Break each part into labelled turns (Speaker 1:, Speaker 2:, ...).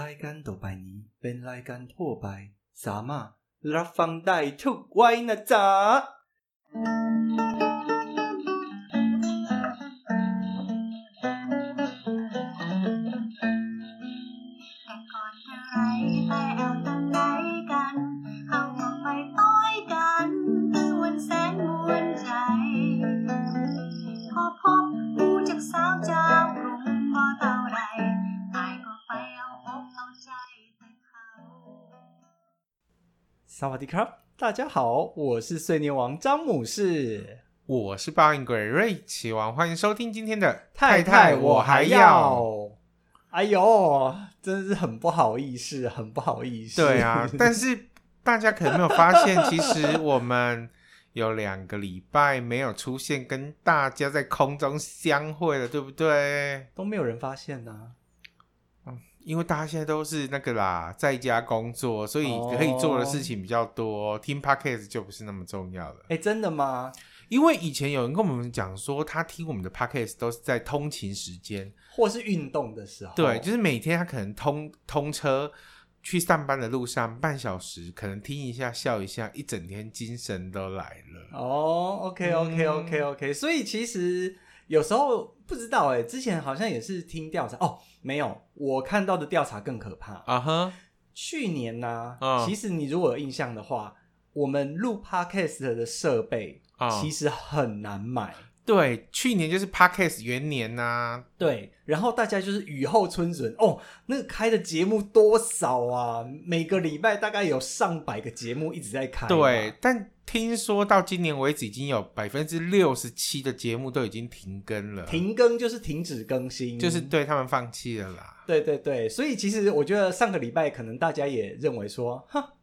Speaker 1: รายการต่อไปนี้เป็นรายการทั่วไป สามารถรับฟังได้ทุกวัยนะจ๊ะ
Speaker 2: แต่ก่อนแต่ไรแต่แอลตั้งไหนกัน เอาออกไปต้อยกันตื้อวันแสนมวนใจ พอพบผู้จากสาวเจ้ากรุงพอเท่าไรตายก็ไปเอาอกเอาใจแต่เขา
Speaker 3: 萨瓦迪卡，大家好，我是碎念王詹姆士。
Speaker 4: 我是报应鬼瑞奇王，欢迎收听今天的
Speaker 3: 太
Speaker 4: 太，我还要。。
Speaker 3: 哎呦，真的是很不好意思，很不好意思。
Speaker 4: 对 啊，但是大家可能没有发现，其实我们有两个礼拜没有出现，跟大家在空中相会了，对不对？
Speaker 3: 都没有人发现啊呐、
Speaker 4: 因为大家现在都是那个啦，在家工作，所以可以做的事情比较多，听 podcast 就不是那么重要了。
Speaker 3: 哎，真的吗？
Speaker 4: 因为以前有人跟我们讲说，他听我们的 podcast 都是在通勤时间，
Speaker 3: 或是运动的时候？
Speaker 4: 对，就是每天他可能通通车去上班的路上半小时，可能听一下笑一下，一整天精神都来了。
Speaker 3: 哦，OK，OK，OK，OK、所
Speaker 4: 嗯
Speaker 3: 以其实有时候不知道哎、之前好像也是听调查哦，没有，我看到的调查更可怕。
Speaker 4: 啊哈，
Speaker 3: 去年呢、
Speaker 4: 嗯
Speaker 3: 其实你如果有印象的话，我们录 podcast 的设备
Speaker 4: 啊
Speaker 3: 其实很难买。
Speaker 4: 对，去年就是 Podcast 元年啊呐、
Speaker 3: 对，然后大家就是雨后春笋哦，那个开的节目多少啊？每个礼拜大概有上百个节目一直在开。
Speaker 4: 对，，但听说到今年为止，已经有百分之六十七的节目都已经停更了，
Speaker 3: 停更就是停止更新，
Speaker 4: 就是对他们放弃了啦。
Speaker 3: 对对对，所以其实我觉得上个礼拜可能大家也认为说，哈，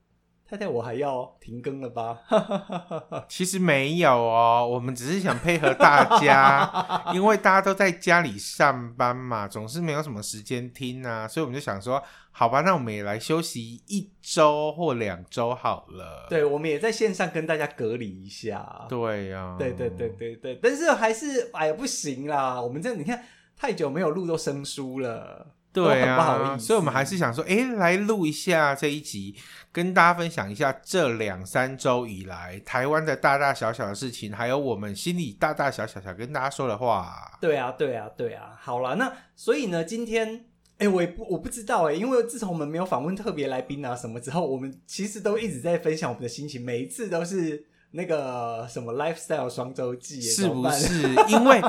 Speaker 3: 太太我还要停更了吧？ 哈哈哈哈哈。
Speaker 4: 其实没有哦，我们只是想配合 大家，因为大家都在家里上班嘛，总是没有什么时间听啊，所以我们就想说，好吧，那我们也来休息一周或两周好了。
Speaker 3: 对，我们也在线上跟大家隔离一下。
Speaker 4: 对啊呀、
Speaker 3: 对对对对对，但是还是哎呀不行啦，我们这样你看太久没有录都生疏了，
Speaker 4: 对
Speaker 3: 都很不好
Speaker 4: 啊，
Speaker 3: 意思
Speaker 4: 所以我们还是想说，哎，来录一下这一集，跟大家分享一下这两三周以来台湾的大大小小的事情，还有我们心里大大小小想跟大家说的话。
Speaker 3: 对啊对啊对啊，好啦，那所以呢今天。哎、我也不我不知道哎、因为自从我们没有访问特别来宾啊什么之后，我们其实都一直在分享我们的心情，每一次都是那个什么 lifestyle 双周记耶，
Speaker 4: 是
Speaker 3: 怎么
Speaker 4: 不
Speaker 3: 办？
Speaker 4: 是？因为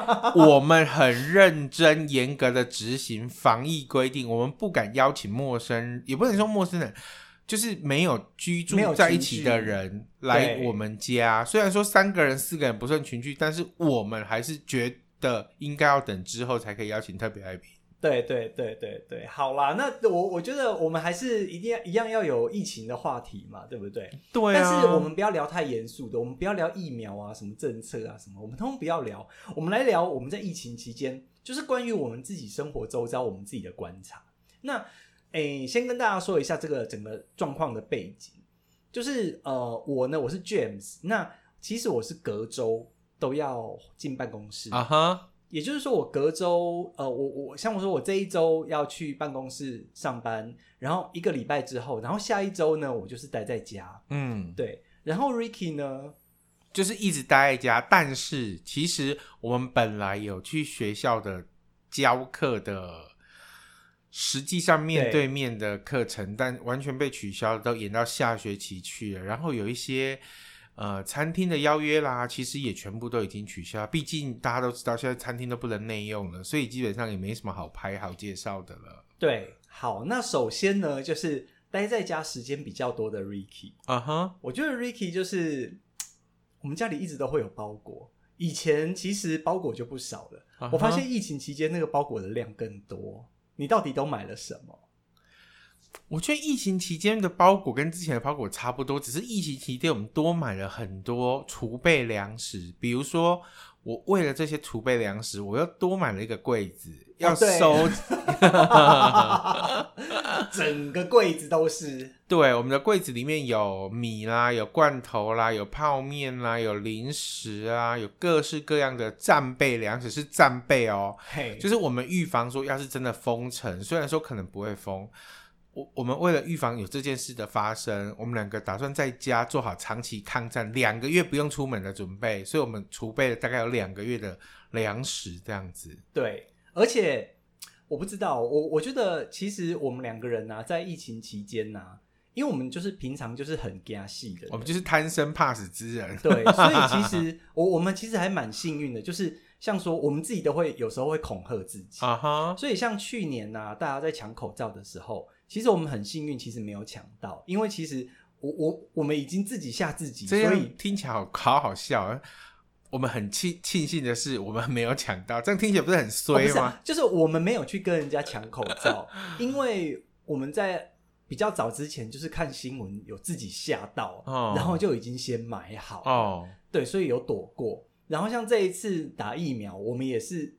Speaker 4: 我们很认真、 严格的执行防疫规定，我们不敢邀请陌生，也不能说陌生人，就是没有居住
Speaker 3: 没有
Speaker 4: 在
Speaker 3: 群
Speaker 4: 一
Speaker 3: 聚
Speaker 4: 起的人来
Speaker 3: 对
Speaker 4: 我们家。虽然说三个人、四个人不算群聚，但是我们还是觉得应该要等之后才可以邀请特别来宾。
Speaker 3: 对对对对对，好啦，那我我觉得我们还是一定要一样要有疫情的话题嘛，对不对？
Speaker 4: 对
Speaker 3: 但
Speaker 4: 啊，
Speaker 3: 是我们不要聊太严肃的，我们不要聊疫苗啊、什么政策啊、什么，我们通通不要聊。我们来聊我们在疫情期间，就是关于我们自己生活周遭我们自己的观察。那诶，先跟大家说一下这个整个状况的背景，就是呃，我呢我是 James，那其实我是隔周都要进办公室
Speaker 4: 啊哈，
Speaker 3: 也就是说，我隔周，呃，我我像我说，我这一周要去办公室上班，然后一个礼拜之后，然后下一周呢，我就是待在家，
Speaker 4: 嗯，
Speaker 3: 对。然后 Ricky 呢，
Speaker 4: 就是一直待在家，但是其实我们本来有去学校的教课的，实际上面
Speaker 3: 对
Speaker 4: 对面的课程，但完全被取消了，都延到下学期去了。然后有一些呃餐厅的邀约啦，其实也全部都已经取消，毕竟大家都知道现在餐厅都不能内用了，所以基本上也没什么好拍好介绍的了。
Speaker 3: 对，好，那首先呢，就是待在家时间比较多的 Ricky，
Speaker 4: 啊哈，
Speaker 3: 我觉得 Ricky 就是我们家里一直都会有包裹，以前其实包裹就不少了
Speaker 4: 啊哈
Speaker 3: 我发现疫情期间那个包裹的量更多。你到底都买了什么？
Speaker 4: 我觉得疫情期间的包裹跟之前的包裹差不多，只是疫情期间我们多买了很多储备粮食，比如说我为了这些储备粮食，我又多买了一个柜子，要
Speaker 3: 对
Speaker 4: 收。
Speaker 3: 整个柜子都是。
Speaker 4: 对，我们的柜子里面有米啦，有罐头啦，有泡面啦，有零食啊，有各式各样的战备粮食，是战备哦，
Speaker 3: 嘿，
Speaker 4: 就是我们预防说，要是真的封城，虽然说可能不会封，我我们为了预防有这件事的发生，我们两个打算在家做好长期抗战两个月不用出门的准备，所以我们储备了大概有两个月的粮食这样子。
Speaker 3: 对，而且我不知道，我我觉得其实我们两个人呢、啊在疫情期间呢、啊因为我们就是平常就是很尬戏的人，
Speaker 4: 我们就是贪生怕死之人。
Speaker 3: 对，所以其实我我们其实还蛮幸运的，就是像说我们自己都会有时候会恐吓自己，
Speaker 4: 啊哈，
Speaker 3: 所以像去年呢、啊大家在抢口罩的时候，其实我们很幸运，其实没有抢到，因为其实我我我们已经自己吓自己，所
Speaker 4: 这
Speaker 3: 以
Speaker 4: 样听起来好好好笑啊。我们很庆庆幸的是，我们没有抢到，这样听起来不是很
Speaker 3: 哦不
Speaker 4: 衰
Speaker 3: 是
Speaker 4: 吗？
Speaker 3: 啊就是我们没有去跟人家抢口 罩，因为我们在比较早之前就是看新闻有自己吓到，
Speaker 4: 哦
Speaker 3: 然后就已经先买好，
Speaker 4: 哦，
Speaker 3: 对，所以有躲过。然后像这一次打疫苗，我们也是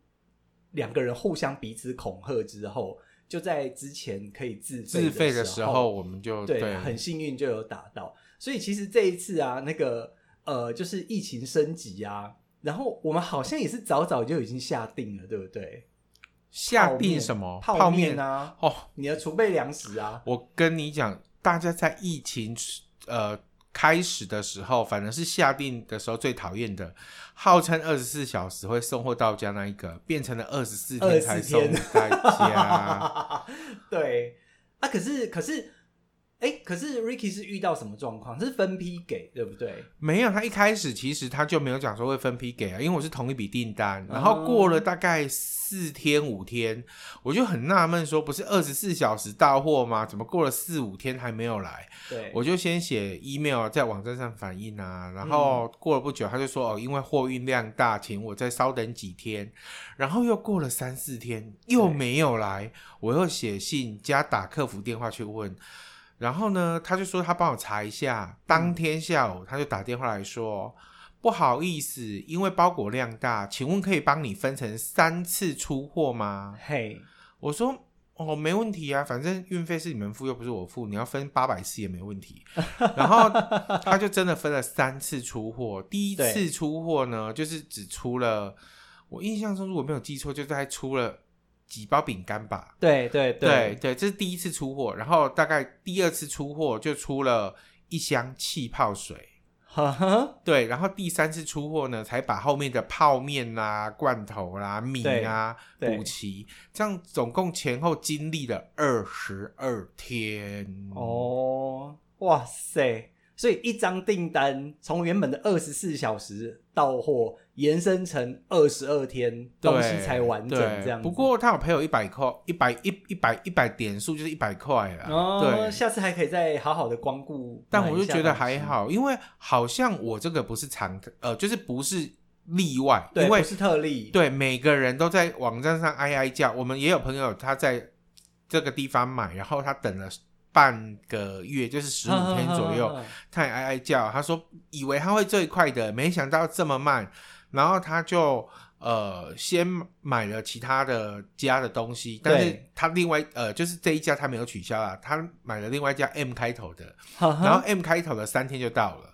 Speaker 3: 两个人互相彼此恐吓之后，就在之前可以自
Speaker 4: 哦自费的时
Speaker 3: 啊时
Speaker 4: 候我们就
Speaker 3: 对，很幸运就有打到。所以其实这一次啊，那个呃，就是疫情升级啊，然后我们好像也是早早就已经下定了，对不对？
Speaker 4: 下定什么
Speaker 3: 泡面啊，
Speaker 4: 泡面哦，
Speaker 3: 你的储备粮食啊，
Speaker 4: 我跟你讲，大家在疫情呃开始的时候，反正是下定的时候最讨厌的，号称二十四小时会送货到家那一个，变成了二十四天才
Speaker 3: 24
Speaker 4: 送
Speaker 3: 天
Speaker 4: 到家。
Speaker 3: 对啊，可是可是，哎、可是 Ricky 是遇到什么状况？是分批给，对不对？
Speaker 4: 没有，他一开始其实他就没有讲说会分批给啊，因为我是同一笔订单，然后过了大概四天五天，我就很纳闷说，不是二十四小时到货吗？怎么过了四五天还没有来？
Speaker 3: 对，
Speaker 4: 我就先写 email 啊在网站上反映啊，然后过了不久他就说哦，因为货运量大，请我再稍等几天。然后又过了三四天又没有来，我又写信加打客服电话去问。然后呢，他就说他帮我查一下，当天下午他就打电话来说。不好意思，因为包裹量大，请问可以帮你分成三次出货吗？
Speaker 3: 嘿，
Speaker 4: 我说哦，没问题啊，反正运费是你们付，又不是我付，你要分八百次也没 问题。然后他就真的分了三次出货，第一次
Speaker 3: 对
Speaker 4: 出货呢，就是只出了，我印象中如果没有记错，就大概出了几包饼干吧。
Speaker 3: 对对
Speaker 4: 对对，这是第一次出货，然后大概第二次出货就出了一箱气泡水。
Speaker 3: 呵呵，
Speaker 4: 对，然后第三次出货呢，才把后面的泡面啦、罐头啦、米啊
Speaker 3: 对对
Speaker 4: 补齐，这样总共前后经历了二十二天。，
Speaker 3: 哦，哇塞！所以一张订单从原本的二十四小时到货，延伸成二十二天，
Speaker 4: 对
Speaker 3: 东西才完整
Speaker 4: 对
Speaker 3: 这样子。
Speaker 4: 不过他有赔我一百块，一百一一百一百点数就是一百块啦。
Speaker 3: 哦，
Speaker 4: 对，
Speaker 3: 下次还可以再好好的光顾。
Speaker 4: 但我就觉得还，好，因为好像我这个不是常呃，就是不是例外，
Speaker 3: 对，
Speaker 4: 因为
Speaker 3: 不是特例。
Speaker 4: 对，每个人都在网站上哀哀叫。我们也有朋友他在这个地方买，然后他等了半个月，就是十五天左右，他也哀哀叫。他说以为他会最快的，没想到这么慢。然后他就呃先买了其他的家的东西，但是
Speaker 3: 对
Speaker 4: 他另外呃就是这一家他没有取消啊，他买了另外一家 M 开头的，
Speaker 3: 呵呵。
Speaker 4: 然后 M 开头的三天就到了。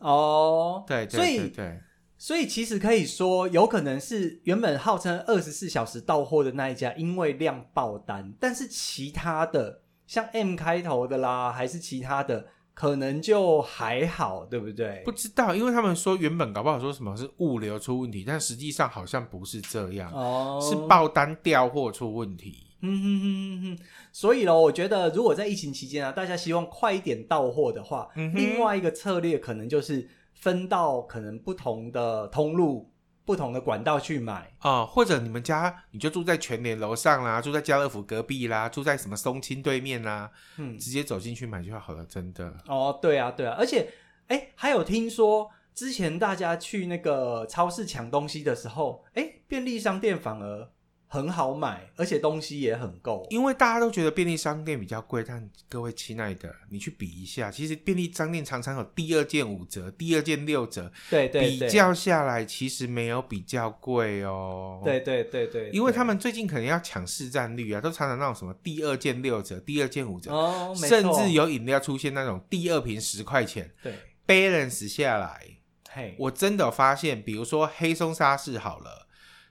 Speaker 3: 哦，
Speaker 4: 对
Speaker 3: 所
Speaker 4: 对对
Speaker 3: 以
Speaker 4: 对，
Speaker 3: 所以其实可以说，有可能是原本号称二十四小时到货的那一家，因为量爆单，但是其他的像 M 开头的啦，还是其他的，可能就还好，对不对？
Speaker 4: 不知道，因为他们说原本搞不好说什么是物流出问题，但实际上好像不是这样，
Speaker 3: 哦，
Speaker 4: 是爆单调货出问题。
Speaker 3: 嗯哼哼哼哼，所以咯，我觉得如果在疫情期间啊，大家希望快一点到货的话，
Speaker 4: 嗯哼
Speaker 3: 另外一个策略可能就是分到可能不同的通路、不同的管道去买。
Speaker 4: 哦、或者你们家你就住在全联楼上啦，住在家乐福隔壁啦，住在什么松青对面啦，
Speaker 3: 嗯，
Speaker 4: 直接走进去买就好了，真的。
Speaker 3: 哦，对啊，对啊，而且，哎，还有听说之前大家去那个超市抢东西的时候，哎，便利商店反而很好买，而且东西也很够。
Speaker 4: 因为大家都觉得便利商店比较贵，但各位亲爱的，你去比一下，其实便利商店常常有第二件五折、第二件六折，
Speaker 3: 对对
Speaker 4: 比
Speaker 3: 对，
Speaker 4: 较下来其实没有比较贵哦。
Speaker 3: 对对对对，
Speaker 4: 因为他
Speaker 3: 对
Speaker 4: 们最近可能要抢市占率啊，都常常那种什么第二件六折、第二件五折，
Speaker 3: 哦，没
Speaker 4: 甚
Speaker 3: 错
Speaker 4: 至有饮料出现那种第二瓶十块钱
Speaker 3: 对，
Speaker 4: ，balance 下来。
Speaker 3: 嘿，
Speaker 4: 我真的有发现，比如说黑松沙士好了，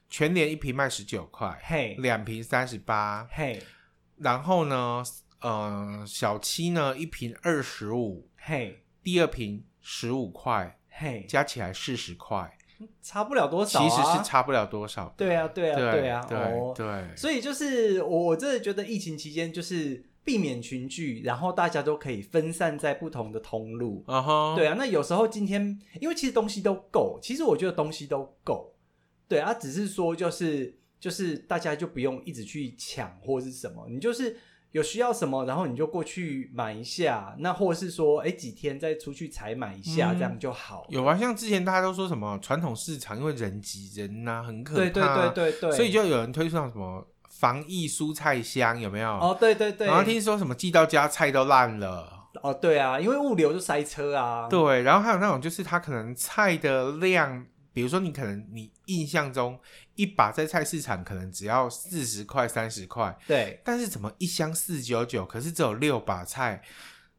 Speaker 4: 全年一瓶卖十九块，
Speaker 3: 嘿
Speaker 4: 两瓶三十八，
Speaker 3: 嘿，
Speaker 4: 然后呢，呃，小七呢一瓶二十五，
Speaker 3: 嘿
Speaker 4: 第二瓶十五块，
Speaker 3: 嘿，
Speaker 4: 加起来四十块，
Speaker 3: 差不了多
Speaker 4: 其
Speaker 3: 少、啊，
Speaker 4: 实是。差不了多少的。
Speaker 3: 对啊，对啊，
Speaker 4: 对
Speaker 3: 啊，
Speaker 4: 对
Speaker 3: 哦，
Speaker 4: 对
Speaker 3: 所以就是我我真的觉得疫情期间就是避免群聚，然后大家都可以分散在不同的通路。
Speaker 4: 嗯哼，
Speaker 3: 对啊，那有时候今天因为其实东西都够，其实我觉得东西都够。对啊，只是说就是就是大家就不用一直去抢或是什么，你就是有需要什么，然后你就过去买一下，那或者是说哎几天再出去采买一下，
Speaker 4: 嗯
Speaker 3: 这样就好。
Speaker 4: 有啊，像之前大家都说什么传统市场因为人挤人呐、很可怕、啊
Speaker 3: 对对对对对，
Speaker 4: 所以就有人推出那种什么防疫蔬菜箱，有没有？
Speaker 3: 哦对对对，
Speaker 4: 然后听说什么寄到家菜都烂了，
Speaker 3: 哦对啊，因为物流就塞车啊。
Speaker 4: 对，然后还有那种就是它可能菜的量，比如说你可能你印象中一把在菜市场可能只要四十块三十块，
Speaker 3: 对。
Speaker 4: 但是怎么一箱四九九，可是只有六把菜，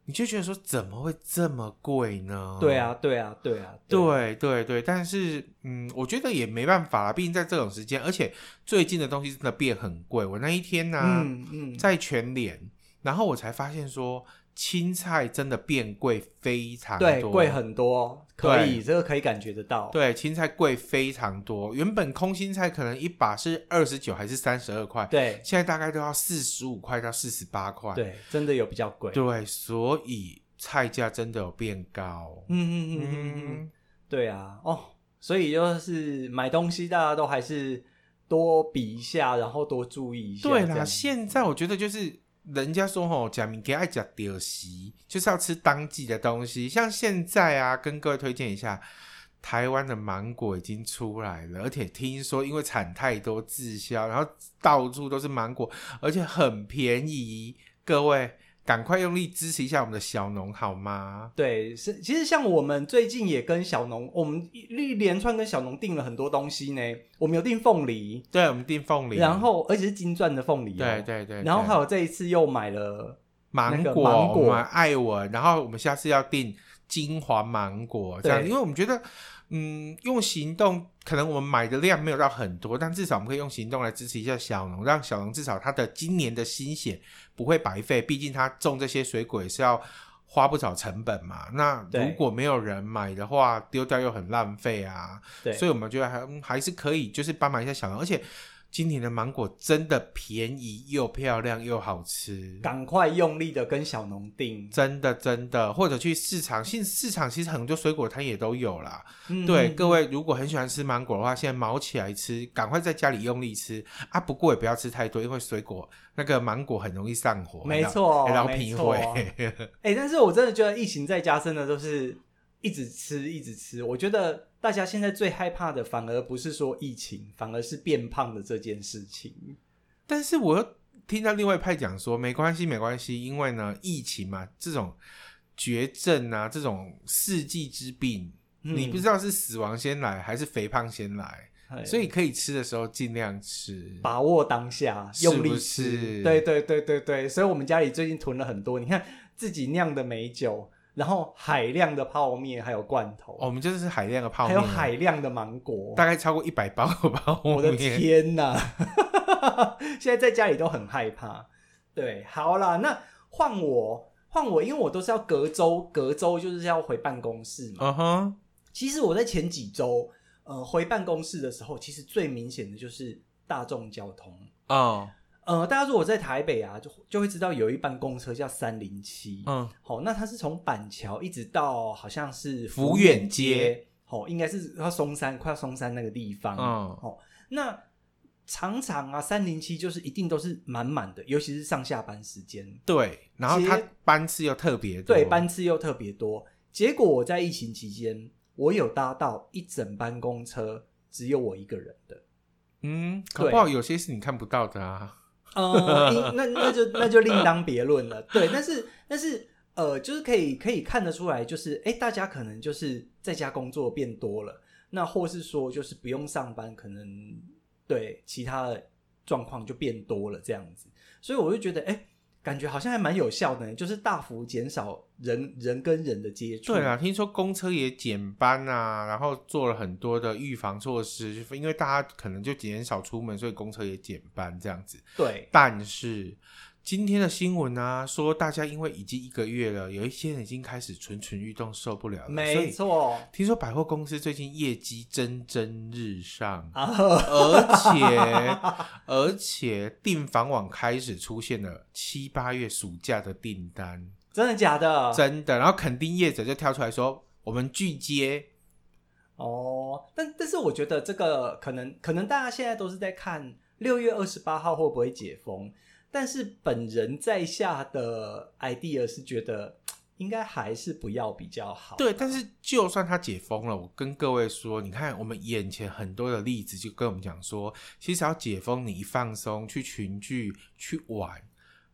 Speaker 4: 你就觉得说怎么会这么贵呢？
Speaker 3: 对啊，。对啊，对啊，
Speaker 4: 哦对对对，但是嗯，我觉得也没办法啦，毕竟在这种时间，而且最近的东西真的变很贵。我那一天呢、
Speaker 3: 嗯嗯，
Speaker 4: 在全联，然后我才发现说青菜真的变贵非常多，
Speaker 3: 对贵很多，可以，
Speaker 4: 对
Speaker 3: 这个可以感觉得到。
Speaker 4: 对，青菜贵非常多。原本空心菜可能一把是二十九还是三十二块，
Speaker 3: 对
Speaker 4: 现在大概都要四十五块到四十八块。
Speaker 3: 对，真的有比较贵。
Speaker 4: 对，所以菜价真的有变高。
Speaker 3: 嗯嗯嗯嗯嗯，
Speaker 4: 嗯，
Speaker 3: 对啊，哦，所以就是买东西大家都还是多比一下，然后多注意一下。
Speaker 4: 对
Speaker 3: 这
Speaker 4: 啦，
Speaker 3: 样
Speaker 4: 现在我觉得就是。人家说吼，假明给爱讲丢席，就是要吃当季的东西。像现在啊，跟各位推荐一下，台湾的芒果已经出来了，而且听说因为产太多滞销，然后到处都是芒果，而且很便宜。各位赶快用力支持一下我们的小农好吗？
Speaker 3: 对是，其实像我们最近也跟小农，我们一一连串跟小农订了很多东西呢。我们有订凤梨，
Speaker 4: 对，我们订凤梨，
Speaker 3: 然后而且是金钻的凤梨、哦，
Speaker 4: 对对对对
Speaker 3: 然后还有这一次又买了。
Speaker 4: 芒
Speaker 3: 那
Speaker 4: 果、
Speaker 3: 个芒果
Speaker 4: 我们爱文，然后我们下次要订金华芒果这样，
Speaker 3: 对
Speaker 4: 因为我们觉得，嗯，用行动可能我们买的量没有到很多，但至少我们可以用行动来支持一下小农，让小农至少他的今年的心血不会白费，毕竟他种这些水果也是要。花不少成本嘛，那
Speaker 3: 对
Speaker 4: 如果没有人买的话，丢掉又很浪费啊。
Speaker 3: 对，
Speaker 4: 所以我们觉得还、嗯还是可以，就是帮忙一下小农。而且今年的芒果真的便宜又漂亮又好吃，
Speaker 3: 赶快用力的跟小农订。
Speaker 4: 真的真的，或者去市场，现市场其实很多水果摊也都有啦。
Speaker 3: 嗯
Speaker 4: 对
Speaker 3: 嗯
Speaker 4: 各位，如果很喜欢吃芒果的话，现在毛起来吃，赶快在家里用力吃啊！不过也不要吃太多，因为水果那个芒果很容易上火，哎
Speaker 3: 没错
Speaker 4: 然后
Speaker 3: 没
Speaker 4: 皮
Speaker 3: 错
Speaker 4: 会。
Speaker 3: 哎、但是我真的觉得疫情在家真的都是一直吃一直吃。我觉得大家现在最害怕的，反而不是说疫情，反而是变胖的这件事情。
Speaker 4: 但是我又听到另外一派讲说，没关系，没关系，因为呢，疫情嘛，这种绝症啊，这种世纪之病，
Speaker 3: 嗯
Speaker 4: 你不知道是死亡先来还是肥胖先来，
Speaker 3: 哎
Speaker 4: 所以可以吃的时候尽量吃。
Speaker 3: 把握当下，
Speaker 4: 是
Speaker 3: 用
Speaker 4: 不
Speaker 3: 力吃。
Speaker 4: 是
Speaker 3: 对对对对对，所以我们家里最近囤了很多，你看自己酿的美酒，然后海量的泡面，还有罐头，
Speaker 4: 哦我们就是海量的泡
Speaker 3: 还
Speaker 4: 面，
Speaker 3: 有海量的芒果。
Speaker 4: 大概超过一百包的泡面。
Speaker 3: 我的天呐！ 现在在家里都很害怕。对，好啦，那换我，换我，因为我都是要隔周，隔周就是要回办公室嘛。
Speaker 4: 嗯哼，
Speaker 3: 其实我在前几周，呃，回办公室的时候，其实最明显的就是大众交通。
Speaker 4: 哦，
Speaker 3: 呃，大家如果在台北啊，就就会知道有一班公车叫三零七，
Speaker 4: 嗯，
Speaker 3: 好、那它是从板桥一直到好像是
Speaker 4: 福远街，
Speaker 3: 好、应该是要松山，快要松山那个地方。
Speaker 4: 嗯
Speaker 3: 好、那常常啊，三零七就是一定都是满满的，尤其是上下班时间，
Speaker 4: 对，然后
Speaker 3: 其实
Speaker 4: 它班次又特别多，
Speaker 3: 对，班次又特别多。结果我在疫情期间，我有搭到一整班公车，只有我一个人的。
Speaker 4: 嗯，搞不好有些是你看不到的啊，
Speaker 3: 呃， 因那那就那就另当别论了。对，但是但是呃，就是可以可以看得出来，就是哎，诶大家可能就是在家工作变多了，那或是说就是不用上班，可能对其他的状况就变多了这样子。所以我就觉得哎。诶感觉好像还蛮有效的，就是大幅减少人人跟人的接触。
Speaker 4: 对啊啦，，听说公车也减班啊，然后做了很多的预防措施，因为大家可能就减少出门，所以公车也减班这样子。
Speaker 3: 对，
Speaker 4: 但是今天的新闻啊，说大家因为已经一个月了，有一些人已经开始蠢蠢欲动，受不了了。所
Speaker 3: 没
Speaker 4: 以
Speaker 3: 错
Speaker 4: 听说百货公司最近业绩蒸蒸日上，
Speaker 3: 啊，
Speaker 4: 而且而且订房网开始出现了七八月暑假的订单，
Speaker 3: 真的假的？
Speaker 4: 真的。然后肯定业者就跳出来说，我们拒接。
Speaker 3: 哦，但但是我觉得这个可能可能大家现在都是在看六月二十八号会不会解封，但是本人在下的 idea 是觉得应该还是不要比较好。
Speaker 4: 对，但是就算他解封了，我跟各位说，你看我们眼前很多的例子，就跟我们讲说，其实要解封，你一放松，去群聚去玩，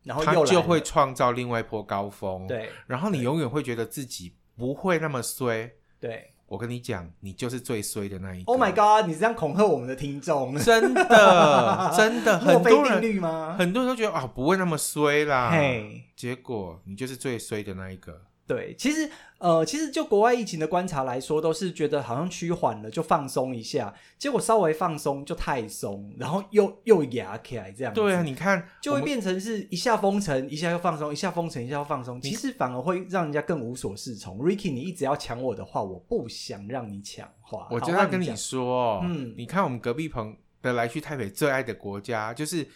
Speaker 3: 然后
Speaker 4: 它
Speaker 3: 又来
Speaker 4: 就
Speaker 3: 了
Speaker 4: 会创造另外一波高峰。，
Speaker 3: 对
Speaker 4: 然后你永远会觉得自己不会那么衰。
Speaker 3: 对
Speaker 4: 我跟你讲，你就是最衰的那一个。
Speaker 3: ，Oh my god！你这样恐吓我们的听众，
Speaker 4: 真的真的，
Speaker 3: 墨
Speaker 4: 很
Speaker 3: 菲
Speaker 4: 多
Speaker 3: 定律
Speaker 4: 人
Speaker 3: 吗？
Speaker 4: 很多人都觉得啊，不会那么衰啦。
Speaker 3: 嘿
Speaker 4: 结果你就是最衰的那一个。
Speaker 3: 对，其实呃，其实就国外疫情的观察来说，都是觉得好像趋缓了，就放松一下，结果稍微放松就太松，然后又又压起来这样子。
Speaker 4: 对啊，你看
Speaker 3: 就会
Speaker 4: 我们
Speaker 3: 变成是一下封城，一下又放松，一下封城，一下又放松。其实反而会让人家更无所适从。Ricky，你一直要抢我的话，我不想让你抢话。
Speaker 4: 我
Speaker 3: 好
Speaker 4: 就
Speaker 3: 那
Speaker 4: 要跟你
Speaker 3: 讲
Speaker 4: 说，
Speaker 3: 嗯
Speaker 4: 嗯，你看我们隔壁棚的来去台北最爱的国家，就是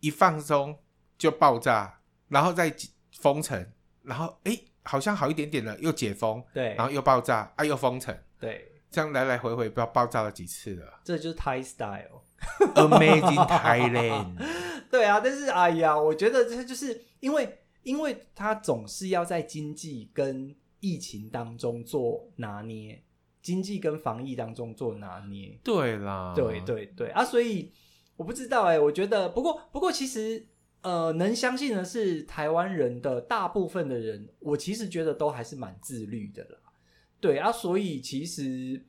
Speaker 4: 一放松就爆炸，然后再解封城，然后哎、诶好像好一点点了，又解封，
Speaker 3: 对
Speaker 4: 然后又爆炸，啊又封城，
Speaker 3: 对，
Speaker 4: 这样来来回回不知道爆炸了几次了
Speaker 3: 这就是 Thai style。
Speaker 4: ，Amazing Thailand，
Speaker 3: 对啊，但是哎呀，我觉得这就是因为，因为他总是要在经济跟疫情当中做拿捏，经济跟防疫当中做拿捏。
Speaker 4: 对啦，
Speaker 3: 对对对啊，所以我不知道哎、我觉得不过不过其实呃，能相信的是台湾人的大部分的人，我其实觉得都还是蛮自律的啦。对啊，所以其实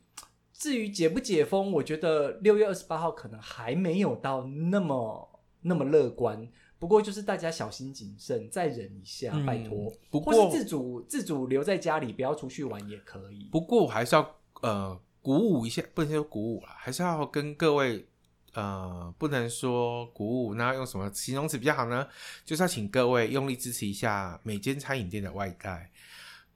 Speaker 3: 至于解不解封，我觉得六月二十八号可能还没有到那么那么乐观。不过就是大家小心谨慎，再忍一下，
Speaker 4: 嗯
Speaker 3: 啊拜托。
Speaker 4: 不
Speaker 3: 或
Speaker 4: 过
Speaker 3: 是自主自主留在家里，不要出去玩也可以。
Speaker 4: 不过我还是要呃鼓舞一下，不能说鼓舞啦，还是要跟各位呃不能说鼓舞，那用什么形容词比较好呢？就是要请各位用力支持一下每间餐饮店的外带。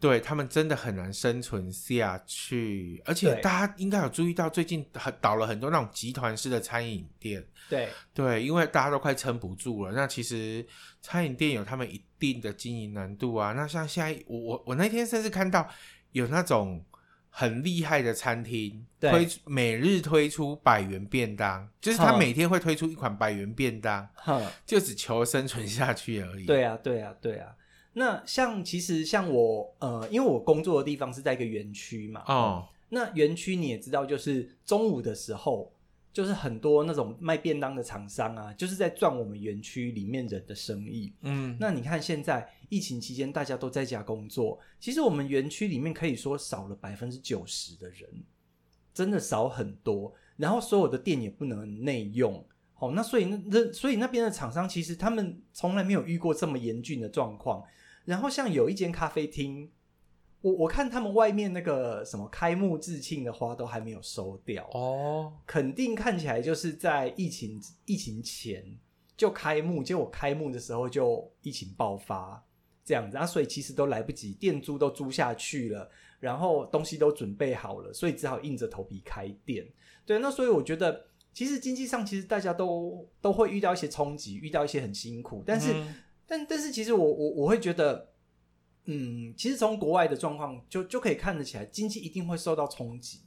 Speaker 4: 对他们真的很难生存下去，而且
Speaker 3: 对
Speaker 4: 大家应该有注意到，最近很倒了很多那种集团式的餐饮店，
Speaker 3: 对
Speaker 4: 对，因为大家都快撑不住了。那其实餐饮店有他们一定的经营难度啊。那像现在，我我我那天甚至看到有那种很厉害的餐厅
Speaker 3: 对
Speaker 4: 推出每日推出百元便当，就是他
Speaker 3: 嗯
Speaker 4: 每天会推出一款百元便当，
Speaker 3: 哼。
Speaker 4: 就只求生存下去而已。
Speaker 3: 对啊，对啊，对啊。那像其实像我呃，因为我工作的地方是在一个园区嘛，
Speaker 4: 哦，
Speaker 3: 那园区你也知道，就是中午的时候，就是很多那种卖便当的厂商啊，就是在赚我们园区里面人的生意。
Speaker 4: 嗯，
Speaker 3: 那你看现在疫情期间，大家都在家工作，其实我们园区里面可以说少了百分之九十的人，真的少很多。然后所有的店也不能内用，哦，那所以那那所以那边的厂商其实他们从来没有遇过这么严峻的状况。然后像有一间咖啡厅，我我看他们外面那个什么开幕致庆的花都还没有收掉
Speaker 4: 哦，
Speaker 3: 肯定看起来就是在疫情疫情前就开幕，结果开幕的时候就疫情爆发这样子啊，所以其实都来不及，店租都租下去了，然后东西都准备好了，所以只好硬着头皮开店。对，那所以我觉得。其实经济上，其实大家都都会遇到一些冲击，遇到一些很辛苦，但是
Speaker 4: 嗯
Speaker 3: 但但是其实我我我会觉得，嗯，其实从国外的状况就就可以看得起来，经济一定会受到冲击。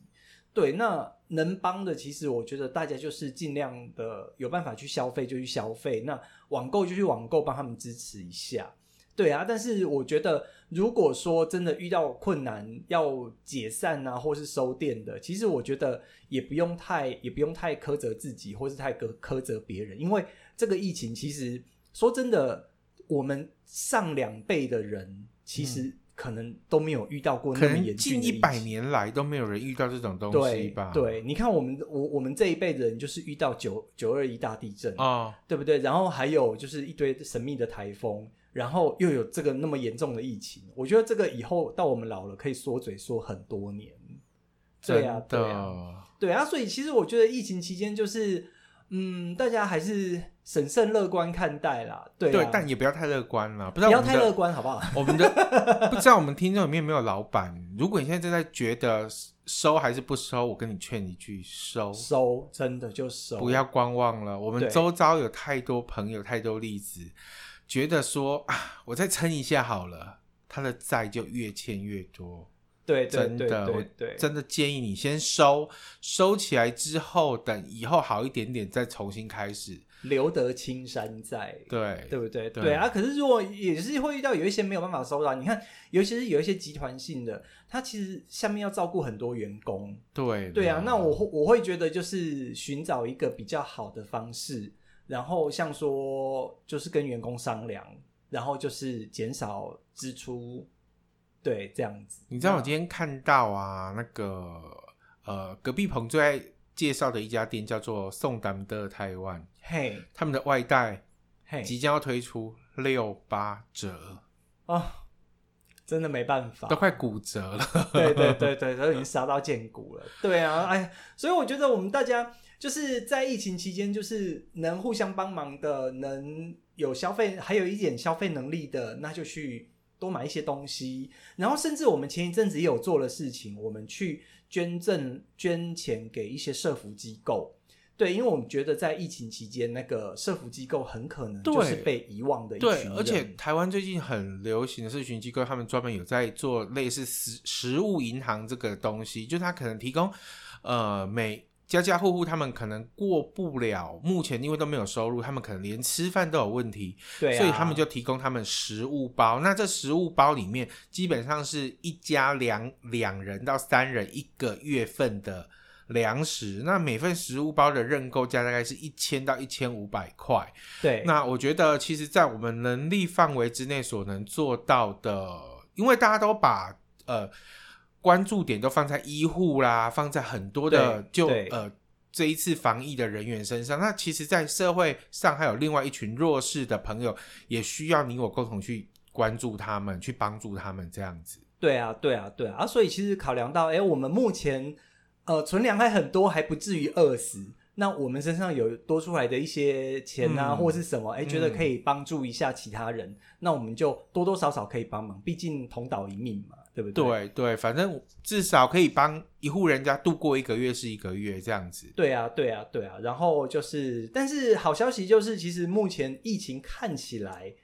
Speaker 3: 对，那能帮的，其实我觉得大家就是尽量的有办法去消费就去消费，那网购就去网购帮他们支持一下。对啊，但是我觉得，如果说真的遇到困难要解散啊，或是收店的，其实我觉得也不用太也不用太苛责自己，或是太苛苛责别人，因为这个疫情其实说真的，我们上两辈的人其实可能都没有遇到过
Speaker 4: 嗯可
Speaker 3: 那么
Speaker 4: 能
Speaker 3: 严峻
Speaker 4: 近
Speaker 3: 的
Speaker 4: 一
Speaker 3: 疫
Speaker 4: 百
Speaker 3: 情
Speaker 4: 年来都没有人遇到这种东西
Speaker 3: 对
Speaker 4: 吧？
Speaker 3: 对，你看我们我我们这一辈的人就是遇到九九二一大地震，
Speaker 4: 哦，
Speaker 3: 对不对？然后还有就是一堆神秘的台风，然后又有这个那么严重的疫情，我觉得这个以后到我们老了可以缩嘴缩很多年。对啊，
Speaker 4: 真
Speaker 3: 对
Speaker 4: 的
Speaker 3: 啊，对啊，所以其实我觉得疫情期间就是，嗯，大家还是审慎乐观看待啦，对啊
Speaker 4: 对，但也不要太乐观了，不知
Speaker 3: 不
Speaker 4: 道
Speaker 3: 要
Speaker 4: 我们
Speaker 3: 太
Speaker 4: 的
Speaker 3: 乐观好不好？
Speaker 4: 我们的不知道我们听众里面有没有老板？如果你现在正在觉得收还是不收，我跟你劝你去收，
Speaker 3: 收，真的就收，
Speaker 4: 不要观望了。我们
Speaker 3: 对
Speaker 4: 周遭有太多朋友，太多例子，觉得说啊，我再撑一下好了，他的债就越欠越多。
Speaker 3: 对对
Speaker 4: 真
Speaker 3: 对
Speaker 4: 的，
Speaker 3: 对
Speaker 4: 我
Speaker 3: 对，
Speaker 4: 真的建议你先收，收起来之后，等以后好一点点再重新开始。
Speaker 3: 留得青山在，
Speaker 4: 对，
Speaker 3: 对不对？
Speaker 4: 对
Speaker 3: 对啊，可是如果也是会遇到有一些没有办法收到，你看，尤其是有一些集团性的，他其实下面要照顾很多员工，
Speaker 4: 对
Speaker 3: 对啊
Speaker 4: 了，
Speaker 3: 那我会我会觉得就是寻找一个比较好的方式，然后像说就是跟员工商量，然后就是减少支出，对，这样子。
Speaker 4: 你知道我
Speaker 3: 那
Speaker 4: 今天看到啊，那个呃，隔壁棚最爱介绍的一家店叫做宋丹的台湾，
Speaker 3: 嘿
Speaker 4: 他们的外带
Speaker 3: 嘿
Speaker 4: 即将要推出六八折，
Speaker 3: 哦，真的没办法
Speaker 4: 都，快骨折了。
Speaker 3: 对对对对，都已经杀到见骨了。 对啊，哎，所以我觉得我们大家就是在疫情期间，就是能互相帮忙的，能有消费，还有一点消费能力的，那就去多买一些东西。然后，甚至我们前一阵子也有做的事情，我们去捐赠捐钱给一些社福机构。对，因为我们觉得在疫情期间，那个社福机构很可能就是
Speaker 4: 对
Speaker 3: 被遗忘的一群
Speaker 4: 对，
Speaker 3: 人。
Speaker 4: 而且台湾最近很流行的社群机构，他们专门有在做类似食食物银行这个东西，就是他可能提供呃每。家家户户他们可能过不了，目前因为都没有收入，他们可能连吃饭都有问题，
Speaker 3: 对啊、
Speaker 4: 所以他们就提供他们食物包。那这食物包里面基本上是一家两两人到三人一个月份的粮食。那每份食物包的认购价大概是一千到一千五百块。
Speaker 3: 对啊
Speaker 4: 那我觉得，其实，在我们能力范围之内所能做到的，因为大家都把呃关注点都放在医护啦，放在很多的
Speaker 3: 对
Speaker 4: 就
Speaker 3: 对
Speaker 4: 呃这一次防疫的人员身上。那其实，在社会上还有另外一群弱势的朋友，也需要你我共同去关注他们，去帮助他们这样子。
Speaker 3: 对啊，对啊，对啊，啊，所以其实考量到，哎，我们目前呃存粮还很多，还不至于饿死。那我们身上有多出来的一些钱啊，
Speaker 4: 嗯
Speaker 3: 或是什么，哎，觉得可以帮助一下其他人，那我们就多多少少可以帮忙，毕竟同岛一命嘛，对不对？
Speaker 4: 对对，反正至少可以帮一户人家度过一个月是一个月这样子。
Speaker 3: 对啊，对啊，对啊。然后就是，但是好消息就是，其实目前疫情看起来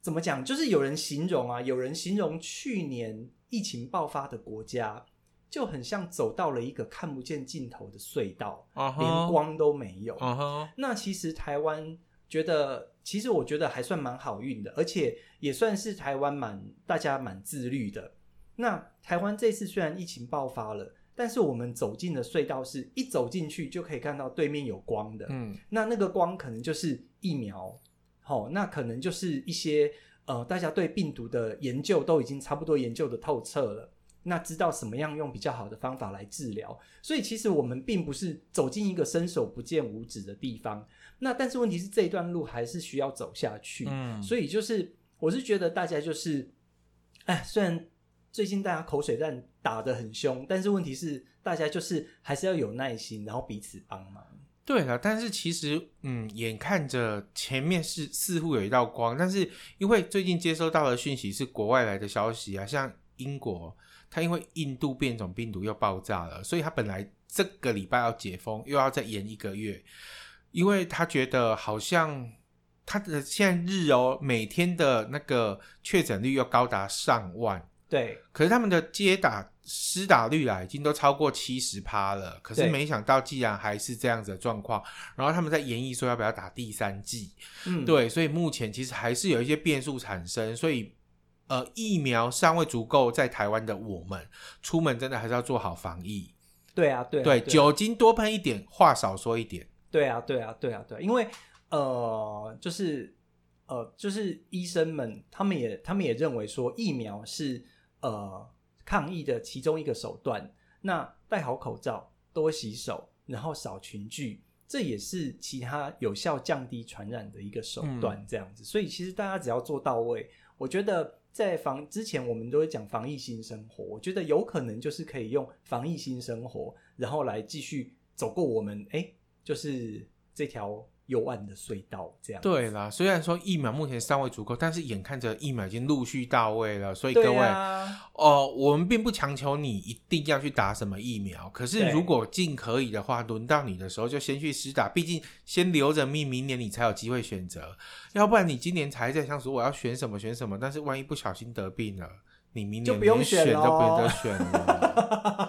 Speaker 3: 怎么讲，就是有人形容啊，有人形容去年疫情爆发的国家，就很像走到了一个看不见尽头的隧道，
Speaker 4: 嗯
Speaker 3: 连
Speaker 4: 哼，
Speaker 3: 光都没有。
Speaker 4: 嗯哼，
Speaker 3: 那其实台湾觉得，其实我觉得还算蛮好运的，而且也算是台湾蛮大家蛮自律的。那台湾这次虽然疫情爆发了，但是我们走进的隧道是一走进去就可以看到对面有光的，
Speaker 4: 嗯。
Speaker 3: 那那个光可能就是疫苗，好、那可能就是一些呃，大家对病毒的研究都已经差不多研究的透彻了，那知道什么样用比较好的方法来治疗。所以其实我们并不是走进一个伸手不见五指的地方，那但是问题是这一段路还是需要走下去。
Speaker 4: 嗯
Speaker 3: 所以就是我是觉得大家就是，哎，虽然最近大家口水战打得很凶，但是问题是大家就是还是要有耐心，然后彼此帮忙。
Speaker 4: 对了，但是其实，嗯，眼看着前面是似乎有一道光，但是因为最近接收到的讯息是国外来的消息啊，像英国，它因为印度变种病毒又爆炸了，所以它本来这个礼拜要解封，又要再延一个月，因为他觉得好像他的现在日哦，每天的那个确诊率又高达上万，
Speaker 3: 对，
Speaker 4: 可是他们的接打施打率啊，已经都超过七十趴了。可是
Speaker 3: 对
Speaker 4: 没想到，既然还是这样子的状况，然后他们在研议说要不要打第三剂。
Speaker 3: 嗯，
Speaker 4: 对，所以目前其实还是有一些变数产生，所以。呃，疫苗尚未足够，在台湾的我们出门真的还是要做好防疫。
Speaker 3: 对啊，对啊，
Speaker 4: 对，
Speaker 3: 啊
Speaker 4: 酒精多喷一点，话少说一点。
Speaker 3: 对啊，对啊，对啊，对啊，因为呃，就是呃，就是医生们他们也他们也认为说疫苗是呃抗疫的其中一个手段。那戴好口罩，多洗手，然后少群聚，这也是其他有效降低传染的一个手段。这样子，所以其实大家只要做到位，我觉得。在防之前，我们都会讲防疫新生活。我觉得有可能就是可以用防疫新生活，然后来继续走过我们哎就是这条幽暗的隧道这样。
Speaker 4: 对啦，虽然说疫苗目前尚未足够，但是眼看着疫苗已经陆续到位了，所以
Speaker 3: 对
Speaker 4: 各位，
Speaker 3: 啊
Speaker 4: 哦，我们并不强求你一定要去打什么疫苗，可是
Speaker 3: 对
Speaker 4: 如果尽可以的话，轮到你的时候就先去施打，毕竟先留着命，明年你才有机会选择，要不然你今年才在想说我要选什么选什么，但是万一不小心得病了，你明
Speaker 3: 就
Speaker 4: 年
Speaker 3: 不用
Speaker 4: 连
Speaker 3: 选
Speaker 4: 选都不用
Speaker 3: 咯
Speaker 4: 得选 了，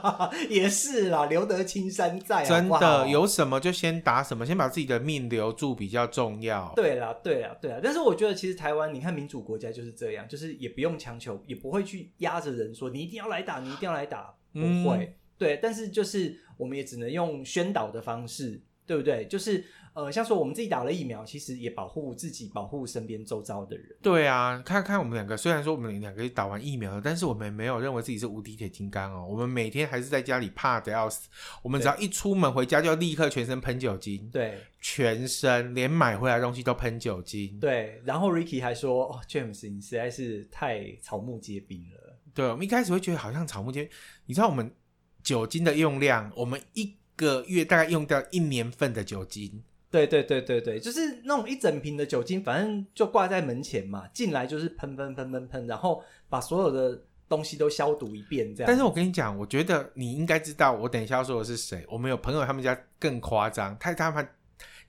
Speaker 3: 也是啦，留得青山在、啊，
Speaker 4: 真
Speaker 3: 好不好
Speaker 4: 的有什么就先打什么，先把自己的命留住比较重要。
Speaker 3: 对啦，对啦，对啦。但是我觉得其实台湾，你看民主国家就是这样，就是也不用强求，也不会去压着人说你一定要来打，你一定要来打，不
Speaker 4: 嗯
Speaker 3: 会。对，但是就是我们也只能用宣导的方式，对不对？就是呃，像说我们自己打了疫苗，其实也保护自己，保护身边周遭的人。
Speaker 4: 对啊，看看我们两个，虽然说我们两个打完疫苗了，但是我们没有认为自己是无敌铁金刚哦，我们每天还是在家里怕的要死。我们只要一出门回家就立刻全身喷酒精，
Speaker 3: 对
Speaker 4: 全身连买回来的东西都喷酒精。
Speaker 3: 对，然后 Ricky 还说：“哦，James，你实在是太草木皆兵了。
Speaker 4: 对，我们一开始会觉得好像草木皆，你知道我们酒精的用量，我们一个月大概用掉一年份的酒精。”
Speaker 3: 对对对对对，就是那种一整瓶的酒精，反正就挂在门前嘛，进来就是喷喷喷喷喷，然后把所有的东西都消毒一遍，这样。
Speaker 4: 但是我跟你讲，我觉得你应该知道，我等一下要说的是谁。我们有朋友他们家更夸张，他他们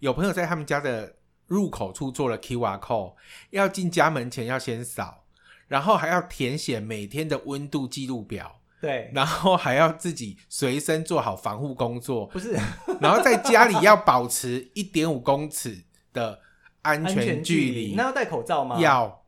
Speaker 4: 有朋友在他们家的入口处做了 QR code，要进家门前要先扫，然后还要填写每天的温度记录表，
Speaker 3: 对，
Speaker 4: 然后还要自己随身做好防护工作，
Speaker 3: 不是
Speaker 4: 然后在家里要保持一点五公尺的安
Speaker 3: 安
Speaker 4: 全
Speaker 3: 全距
Speaker 4: 距离，
Speaker 3: 那要戴口罩吗？
Speaker 4: 要。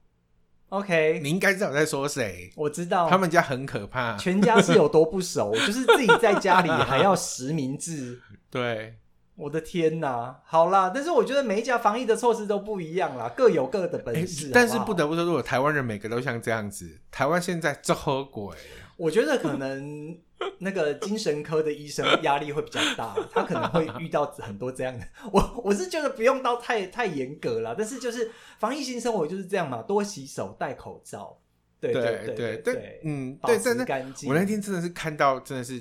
Speaker 3: OK，
Speaker 4: 你应该知道我在说谁，
Speaker 3: 我知道
Speaker 4: 他们家很可怕，
Speaker 3: 哦全家是有多不熟，就是自己在家里还要实名制。
Speaker 4: 对。
Speaker 3: 我的天呐，好啦，但是我觉得每一家防疫的措施都不一样啦，各有各的
Speaker 4: 哎
Speaker 3: 本事。
Speaker 4: 但
Speaker 3: 好
Speaker 4: 是
Speaker 3: 好
Speaker 4: 不得不说，如果台湾人每个都像这样子，台湾现在这喝鬼，
Speaker 3: 我觉得可能那个精神科的医生压力会比较大，他可能会遇到很多这样的。我 我是觉得不用到太太严格了，但是就是防疫性生活就是这样嘛，多洗手、戴口罩。 对对
Speaker 4: 对
Speaker 3: 对
Speaker 4: 但嗯，对，
Speaker 3: 保
Speaker 4: 但
Speaker 3: 持
Speaker 4: 是
Speaker 3: 干净。
Speaker 4: 我那天真的是看到，真的是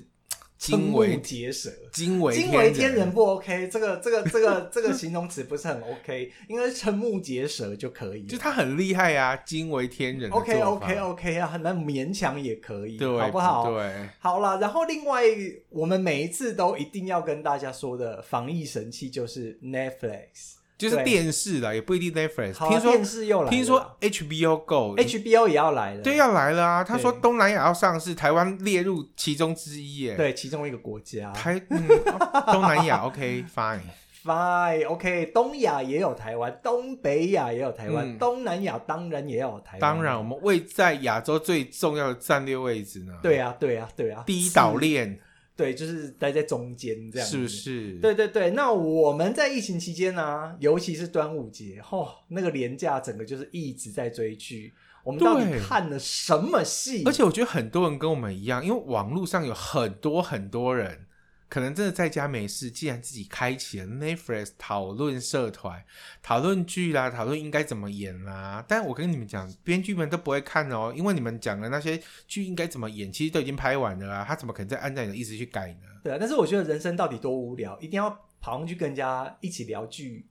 Speaker 3: 瞠
Speaker 4: 惊
Speaker 3: 目
Speaker 4: 为
Speaker 3: 结舌。
Speaker 4: 惊为
Speaker 3: 惊为天人不 OK，这个这个这个这个形容词不是很 OK，应该是瞠目结舌就可以了。
Speaker 4: 就他很厉害啊，惊为天人的
Speaker 3: OK
Speaker 4: 做法
Speaker 3: OK OK 啊，很难勉强也可以，
Speaker 4: 对，
Speaker 3: 好不好？
Speaker 4: 对，
Speaker 3: 好啦，然后另外我们每一次都一定要跟大家说的防疫神器就是 Netflix，
Speaker 4: 就是
Speaker 3: 对
Speaker 4: 电视了，也不一定 Netflix。
Speaker 3: 好啊
Speaker 4: 听
Speaker 3: 电
Speaker 4: 说
Speaker 3: 视又来了，
Speaker 4: 听说 HBO Go 你
Speaker 3: HBO 也要来了，
Speaker 4: 对要来了啊，他说
Speaker 3: 对
Speaker 4: 东南亚要上市，台湾列入其中之一耶。，
Speaker 3: 对其中一个国家
Speaker 4: 台嗯东南亚 OK fine。
Speaker 3: ，Fine OK，东亚也有台湾，东北亚也有台湾，
Speaker 4: 嗯
Speaker 3: 东南亚当然也有台湾，
Speaker 4: 当然，我们位在亚洲最重要的战略位置呢。
Speaker 3: 对啊对啊对啊，
Speaker 4: 第一岛链
Speaker 3: 对，就是待在中间这样，
Speaker 4: 是不？是？
Speaker 3: 对，对对，那我们在疫情期间呢、尤其是端午节，吼、那个廉价整个就是一直在追剧。我们到底
Speaker 4: 对
Speaker 3: 看了什么戏？
Speaker 4: 而且我觉得很多人跟我们一样，因为网络上有很多很多人，可能真的在家没事，既然自己开启了 Netflix 讨论社团，讨论剧啦，讨论应该怎么演啦。但我跟你们讲，编剧们都不会看哦，因为你们讲的那些剧应该怎么演，其实都已经拍完了啊，他怎么可能再按照你的意思去改呢？
Speaker 3: 对啊，但是我觉得人生到底多无聊，一定要跑上去跟人家一起聊剧，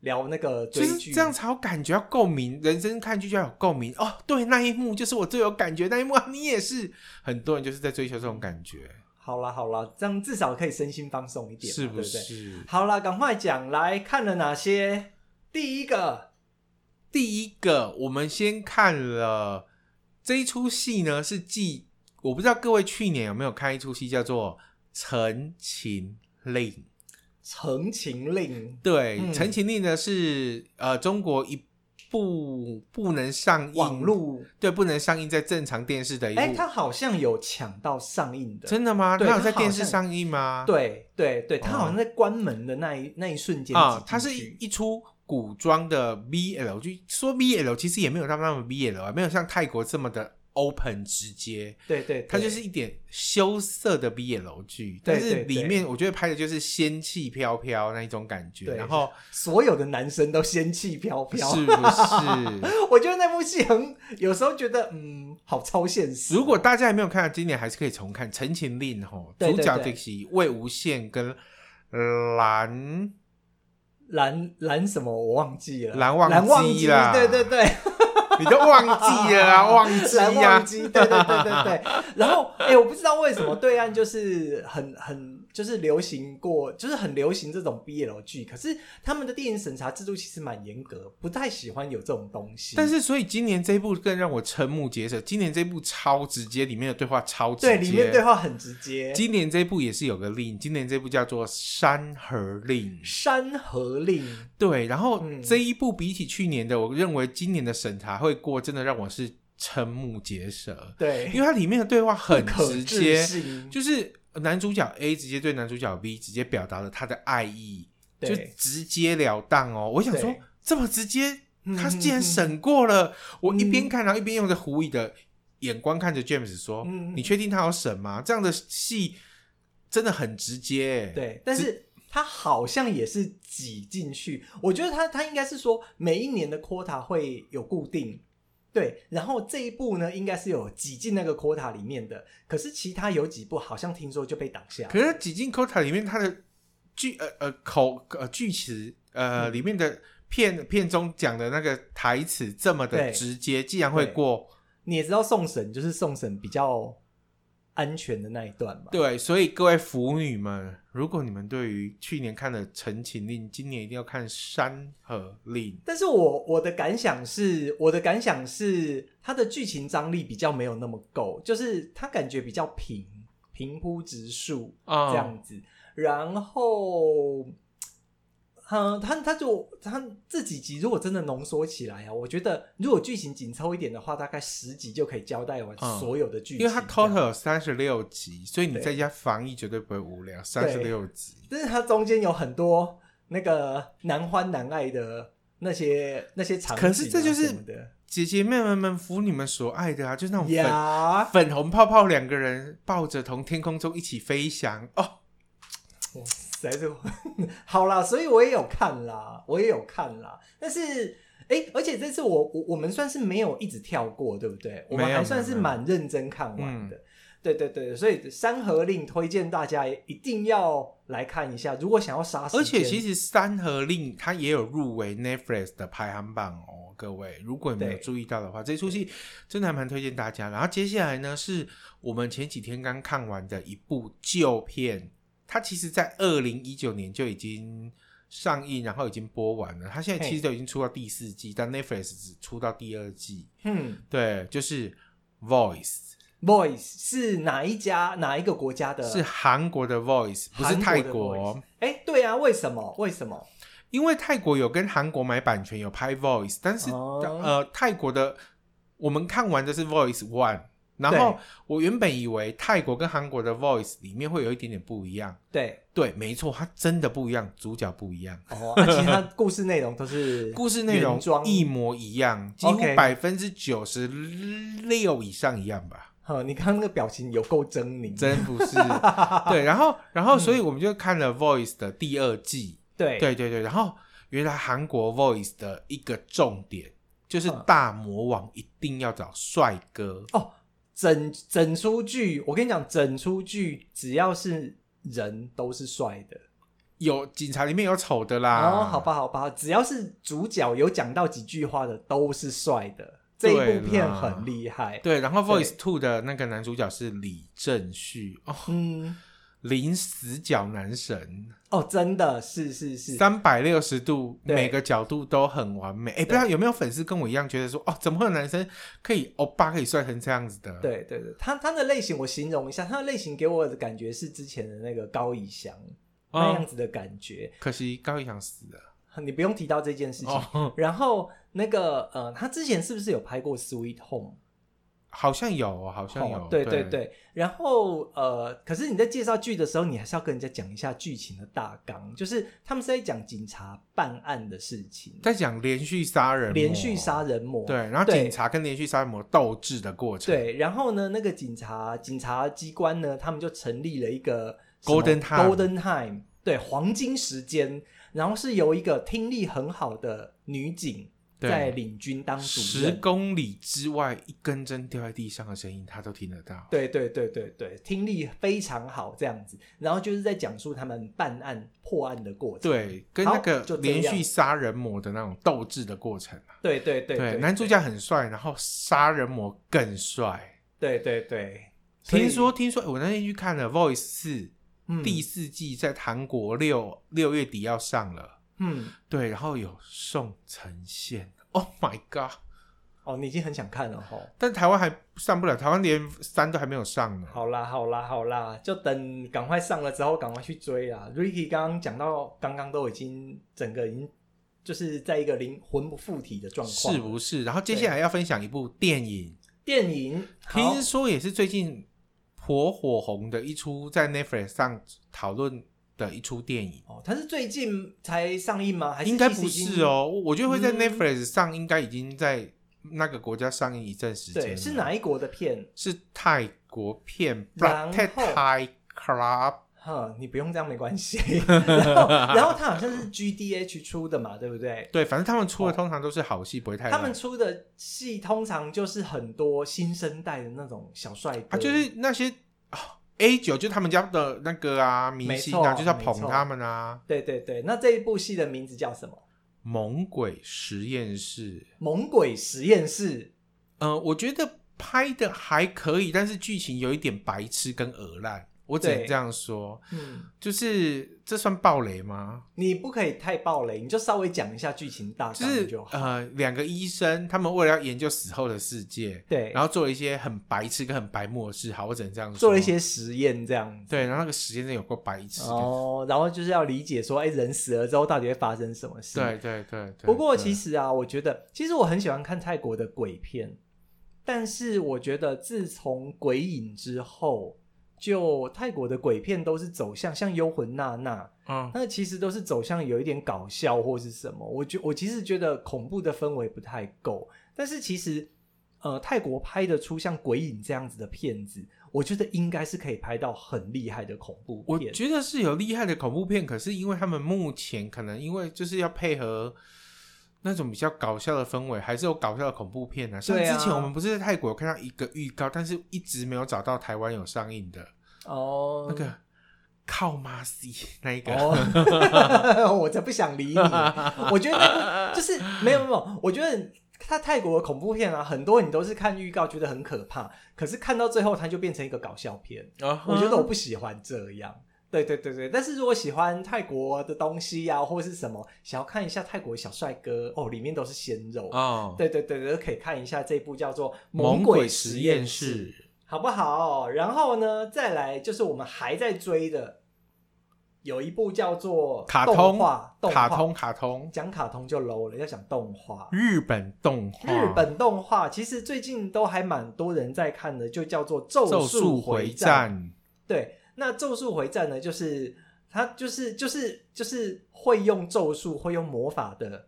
Speaker 3: 聊那个
Speaker 4: 就
Speaker 3: 追
Speaker 4: 是
Speaker 3: 剧，
Speaker 4: 这样才有感觉，要共鸣。人生看剧就要有共鸣哦。对，那一幕就是我最有感觉那一幕，啊你也是。很多人就是在追求这种感觉，
Speaker 3: 好啦好啦，这样至少可以身心放松一点嘛，
Speaker 4: 是
Speaker 3: 对
Speaker 4: 不
Speaker 3: 不对？
Speaker 4: 是？
Speaker 3: 好啦，赶快讲来看了哪些？第一个
Speaker 4: 第一个，我们先看了这一出戏呢，是继我不知道各位去年有没有看一出戏叫做《陈情令》。
Speaker 3: 《陈情令
Speaker 4: 对，
Speaker 3: 嗯
Speaker 4: 陈情令》呢是呃中国一部不能上》映
Speaker 3: 网络，
Speaker 4: 对不能上映在正常电视的一部。
Speaker 3: 哎，它好像有抢到上映的，
Speaker 4: 真的吗？
Speaker 3: 对
Speaker 4: 它有
Speaker 3: 它
Speaker 4: 在
Speaker 3: 好
Speaker 4: 电视
Speaker 3: 像
Speaker 4: 上映吗？
Speaker 3: 对对对，它
Speaker 4: 哦
Speaker 3: 好像在关门的那一那一瞬间
Speaker 4: 啊、
Speaker 3: 挤进
Speaker 4: 它是
Speaker 3: 去
Speaker 4: 一一出古装的 BL 剧，说 BL 其实也没有他们那么 BL 啊，没有像泰国这么的 open 直接，
Speaker 3: 对对，对
Speaker 4: 它就是一点羞涩的 BL 剧，
Speaker 3: 对
Speaker 4: 但是
Speaker 3: 对对
Speaker 4: 里面我觉得拍的就是仙气飘飘那一种感觉，
Speaker 3: 对
Speaker 4: 然后
Speaker 3: 所有的男生都仙气飘飘，
Speaker 4: 是不是？
Speaker 3: 我觉得那部戏很，有时候觉得嗯，好超现实。
Speaker 4: 如果大家还没有看，今年还是可以重看《陈情令》吼，
Speaker 3: 对
Speaker 4: 主
Speaker 3: 对
Speaker 4: 角
Speaker 3: 对
Speaker 4: 这是魏无羡跟蓝
Speaker 3: 蓝蓝什么我忘记了，
Speaker 4: 蓝忘
Speaker 3: 蓝忘
Speaker 4: 机
Speaker 3: 机
Speaker 4: 啦
Speaker 3: 对对对，
Speaker 4: 你都忘记了 啊，忘记
Speaker 3: 蓝
Speaker 4: 呀、
Speaker 3: 忘机，对对对对对。 然后，哎、我不知道为什么对岸就是很很就是流行过，就是很流行这种 BL 剧，可是他们的电影审查制度其实蛮严格，不太喜欢有这种东西。
Speaker 4: 但是，所以今年这一部更让我瞠目结舌。今年这一部超直接，里面的对话超直
Speaker 3: 对
Speaker 4: 接。
Speaker 3: 里面对话很直接，《
Speaker 4: 今年这一部也是有个令，今年这部叫做《山河令》。
Speaker 3: 山河令》
Speaker 4: 对，然后
Speaker 3: 嗯
Speaker 4: 这一部比起去年的，我认为今年的审查会过，真的让我是瞠目结舌，
Speaker 3: 对，
Speaker 4: 因为它里面的对话很
Speaker 3: 不可
Speaker 4: 直
Speaker 3: 置
Speaker 4: 接，
Speaker 3: 信
Speaker 4: 就是男主角 A 直接对男主角 B 直接表达了他的爱意，就
Speaker 3: 对
Speaker 4: 直截了当哦。我想说
Speaker 3: 对
Speaker 4: 这么直接，
Speaker 3: 嗯
Speaker 4: 他竟然审过了。我一边
Speaker 3: 嗯
Speaker 4: 看，然后一边用着狐疑的眼光看着 James 说：“
Speaker 3: 嗯
Speaker 4: 你确定他有审吗？这样的戏真的很直接。”，欸
Speaker 3: 对，但是他好像也是挤进去。我觉得他他应该是说每一年的 quota 会有固定，对，然后这一部呢应该是有挤进那个 quota 里面的。可是其他有几部好像听说就被挡下，
Speaker 4: 可是挤进 quota 里面，他的句呃呃口呃句词
Speaker 3: 嗯
Speaker 4: 呃、里面的片片中讲的那个台词这么的
Speaker 3: 对
Speaker 4: 直接，竟然会
Speaker 3: 对
Speaker 4: 过。
Speaker 3: 你也知道送审就是送审比较安全的那一段嘛。
Speaker 4: 对，所以各位腐女们，如果你们对于去年看的《陈情令》，今年一定要看《山河令》。
Speaker 3: 但是我我的感想是，我的感想是，它的剧情张力比较没有那么够，就是它感觉比较平平铺直述，
Speaker 4: 啊
Speaker 3: 这样子。然后，嗯，他他就他这几集如果真的浓缩起来啊，我觉得如果剧情紧凑一点的话，大概十集就可以交代完
Speaker 4: 嗯
Speaker 3: 所有的剧情、
Speaker 4: 因为它
Speaker 3: 这
Speaker 4: total
Speaker 3: 样
Speaker 4: 有三十六集，所以你
Speaker 3: 对
Speaker 4: 在家防疫绝对不会无聊。三十六集，
Speaker 3: 但是它中间有很多那个难欢难爱的那些那些场景、啊
Speaker 4: 可是这就是
Speaker 3: 什么的
Speaker 4: 姐姐妹妹们、腐女们所爱的啊，就是那种粉
Speaker 3: 呀，
Speaker 4: 粉红泡泡，两个人抱着从天空中一起飞翔哦。
Speaker 3: 我实在是 好啦，所以我也有看啦，我也有看啦。但是，哎、而且这次我我我们算是没有一直跳过，对不对？我们
Speaker 4: 没有
Speaker 3: 还算是
Speaker 4: 没有嗯
Speaker 3: 蛮认真看完的。对对对，所以《山河令》推荐大家一定要来看一下，如果想要杀时间，
Speaker 4: 而且其实《山河令》它也有入围 Netflix 的排行榜哦，各位，如果你没有
Speaker 3: 对
Speaker 4: 注意到的话，这出戏真的还蛮推荐大家。然后接下来呢，是我们前几天刚看完的一部旧片，它其实在二零一九年就已经上映，然后已经播完了。它现在其
Speaker 3: 嘿
Speaker 4: 实都已经出到第四季，但 Netflix 只出到第二季。
Speaker 3: 嗯
Speaker 4: 对，就是《Voice
Speaker 3: ，Voice 是哪一家哪一个国家的？》，
Speaker 4: 是韩国的《Voice》，不是
Speaker 3: 呃韩国的
Speaker 4: 泰国
Speaker 3: Voice
Speaker 4: 哦。
Speaker 3: 哎，对啊，为什么？为什么？
Speaker 4: 因为泰国有跟韩国买版权有拍 Voice，但是、
Speaker 3: 哦
Speaker 4: 呃，泰国的我们看完的是 Voice One，然后
Speaker 3: 对
Speaker 4: 我原本以为泰国跟韩国的 Voice 里面会有一点点不一样，
Speaker 3: 对，
Speaker 4: 对，没错，它真的不一样，主角不一样，
Speaker 3: 哦，啊、其他故事内容都是
Speaker 4: 故事内容
Speaker 3: 原装
Speaker 4: 一模一样，几乎
Speaker 3: OK
Speaker 4: 百分之九十六以上一样吧，
Speaker 3: 哦，你刚刚那个表情有够狰狞，
Speaker 4: 真不 是对，然后然后
Speaker 3: 嗯
Speaker 4: 所以我们就看了 Voice 的第二季，
Speaker 3: 对
Speaker 4: 对对对，然后原来韩国 Voice 的一个重点就是大魔王一定要找帅哥，
Speaker 3: 嗯哦，整整出剧，我跟你讲，整出剧只要是人都是帅的
Speaker 4: 有警察里面有丑的啦，
Speaker 3: 哦，好吧，好吧，只要是主角有讲到几句话的都是帅的，这
Speaker 4: 对
Speaker 3: 一部片
Speaker 4: 啦
Speaker 3: 很厉害，
Speaker 4: 对，然后 Voice Two 的那个男主角是李正旭哦，
Speaker 3: 嗯，
Speaker 4: 零死角男神，
Speaker 3: 哦，真的是是是，
Speaker 4: 三百六十度
Speaker 3: 对
Speaker 4: 每个角度都很完美。哎，不知道有没有粉丝跟我一样觉得说，哦，怎么会有男生可以欧巴可以帅成这样子的？，
Speaker 3: 对对对，他他的类型我形容一下，他的类型给我的感觉是之前的那个高以翔、那样
Speaker 4: 嗯，
Speaker 3: 子的感觉，
Speaker 4: 可惜高以翔死了。
Speaker 3: 你不用提到这件事情。
Speaker 4: 哦，
Speaker 3: 然后那个呃，他之前是不是有拍过《Sweet Home》？
Speaker 4: 好像有哦，好像有
Speaker 3: 哦，对
Speaker 4: 对
Speaker 3: 对对。然后呃，可是你在介绍剧的时候，你还是要跟人家讲一下剧情的大纲，就是他们是在讲警察办案的事情，
Speaker 4: 在讲连续杀人魔，
Speaker 3: 连续杀人魔，
Speaker 4: 对，然后
Speaker 3: 对
Speaker 4: 警察跟连续杀人魔斗智的过程，，
Speaker 3: 对。然后呢，那个警察警察机关呢，他们就成立了一个什么
Speaker 4: Golden Time
Speaker 3: Golden Time，对，黄金时间。然后是由一个听力很好的女警
Speaker 4: 对
Speaker 3: 在领军当主
Speaker 4: 十
Speaker 3: 任。
Speaker 4: 公里之外一根针掉在地上的声音，他都听得到。
Speaker 3: 对对对对对，听力非常好，这样子，然后就是在讲述他们办案破案的过程。
Speaker 4: 对，跟
Speaker 3: 好
Speaker 4: 那个
Speaker 3: 就这
Speaker 4: 连续
Speaker 3: 样
Speaker 4: 杀人魔的那种斗智的过程啊。
Speaker 3: 对对对对，
Speaker 4: 男主角很帅，然后杀人魔更帅。
Speaker 3: 对对对，所以
Speaker 4: 听说听说，我那天去看了《Voice 四》
Speaker 3: 嗯
Speaker 4: 第四季，在韩国六六月底要上了。
Speaker 3: 嗯
Speaker 4: 对，然后有宋承宪，Oh my god！
Speaker 3: 哦，你已经很想看了吼。
Speaker 4: 但台湾还上不了，台湾连三都还没有上呢。
Speaker 3: 好啦，好啦，好啦，就等赶快上了之后，赶快去追啦。Ricky 刚刚讲到，刚刚都已经整个已经就是在一个灵魂不附体的状况，
Speaker 4: 是不是？然后接下来要分享一部电影，
Speaker 3: 电影好
Speaker 4: 听说也是最近颇火红的一出在 Netflix 上讨论的一出电影，
Speaker 3: 哦，它是最近才上映吗？还是
Speaker 4: 应该
Speaker 3: 其实
Speaker 4: 不
Speaker 3: 已经
Speaker 4: 是？哦。我我觉得会在
Speaker 3: 嗯
Speaker 4: Netflix 上，应该已经在那个国家上映一阵时间
Speaker 3: 对，
Speaker 4: 了。
Speaker 3: 是哪
Speaker 4: 一？
Speaker 3: 一国的片？
Speaker 4: 是泰国片《
Speaker 3: 然后
Speaker 4: Black Tie Club》。
Speaker 3: 哈，你不用这样没关系。 然后，然后它好像是 GDH 出的嘛，对不对？
Speaker 4: 对，反正他们出的
Speaker 3: 哦
Speaker 4: 通常都是好戏，不会太
Speaker 3: 他
Speaker 4: 烂。
Speaker 3: 们出的戏通常就是很多新生代的那种小帅哥，
Speaker 4: 啊，就是那些哦 A 九，就他们家的那个啊明星啊，
Speaker 3: 没错
Speaker 4: 就是要
Speaker 3: 没
Speaker 4: 捧
Speaker 3: 错
Speaker 4: 他们啊。
Speaker 3: 对对对。那这一部戏的名字叫什么？
Speaker 4: 猛鬼实验室，
Speaker 3: 猛鬼实验室
Speaker 4: 呃，我觉得拍的还可以，但是剧情有一点白痴跟恶烂，我只能
Speaker 3: 对
Speaker 4: 这样说。》。
Speaker 3: 嗯，
Speaker 4: 就是这算暴雷吗？
Speaker 3: 你不可以太暴雷，你就稍微讲一下剧情大
Speaker 4: 就
Speaker 3: 纲
Speaker 4: 是
Speaker 3: 就好。
Speaker 4: 呃，两个医生他们为了要研究死后的世界，
Speaker 3: 对，
Speaker 4: 然
Speaker 3: 后
Speaker 4: 后做了一些很白痴跟很白目的事。好，我只能这样说。
Speaker 3: 做了一些实验这样子。
Speaker 4: 对，然后那个时间真的有过白痴的。
Speaker 3: 哦，然后就是要理解说，哎，人死了之后到底会发生什么事？
Speaker 4: 对对对对。
Speaker 3: 不过
Speaker 4: 对
Speaker 3: 其实啊，我觉得其实我很喜欢看泰国的鬼片，但是我觉得自从《鬼影》之后，就泰国的鬼片都是走向像《幽魂娜娜》，
Speaker 4: 嗯，
Speaker 3: 那其实都是走向有一点搞笑或是什么。我觉我其实觉得恐怖的氛围不太够，但是其实呃，泰国拍得出像《鬼影》这样子的片子，我觉得应该是可以拍到很厉害的恐怖
Speaker 4: 我
Speaker 3: 片。
Speaker 4: 觉得是有厉害的恐怖片，可是因为他们目前可能因为就是要配合那种比较搞笑的氛围，还是有搞笑的恐怖片啊。像
Speaker 3: 对啊
Speaker 4: 之前我们不是在泰国有看到一个预告，但是一直没有找到台湾有上映的
Speaker 3: 哦，
Speaker 4: 那个靠妈 C 那一个，
Speaker 3: 哦， 我才不想理你。我觉得 那部就是没有没有，我觉得他泰国的恐怖片啊，很多你都是看预告觉得很可怕，可是看到最后它就变成一个搞笑片。哦
Speaker 4: 嗯
Speaker 3: 我觉得我不喜欢这样。对对对对，但是如果喜欢泰国的东西呀、或是什么，想要看一下泰国小帅哥哦，里面都是鲜肉。
Speaker 4: 哦，
Speaker 3: 对对对对，可以看一下这部叫做《
Speaker 4: 猛
Speaker 3: 鬼
Speaker 4: 鬼
Speaker 3: 实
Speaker 4: 实验
Speaker 3: 室》。
Speaker 4: 室
Speaker 3: 好不好？然后呢，再来就是我们还在追的，有一部叫做
Speaker 4: 卡
Speaker 3: 动
Speaker 4: 通
Speaker 3: 画，动画
Speaker 4: 卡通卡通
Speaker 3: 讲卡通就 low 了，要讲动画。
Speaker 4: 日本动画
Speaker 3: 日本动画其实最近都还蛮多人在看的，就叫做《咒
Speaker 4: 咒
Speaker 3: 术
Speaker 4: 术
Speaker 3: 回
Speaker 4: 回
Speaker 3: 战》。
Speaker 4: 战，
Speaker 3: 对，那《咒术回战》呢，就是他就是就是就是会用咒术、会用魔法的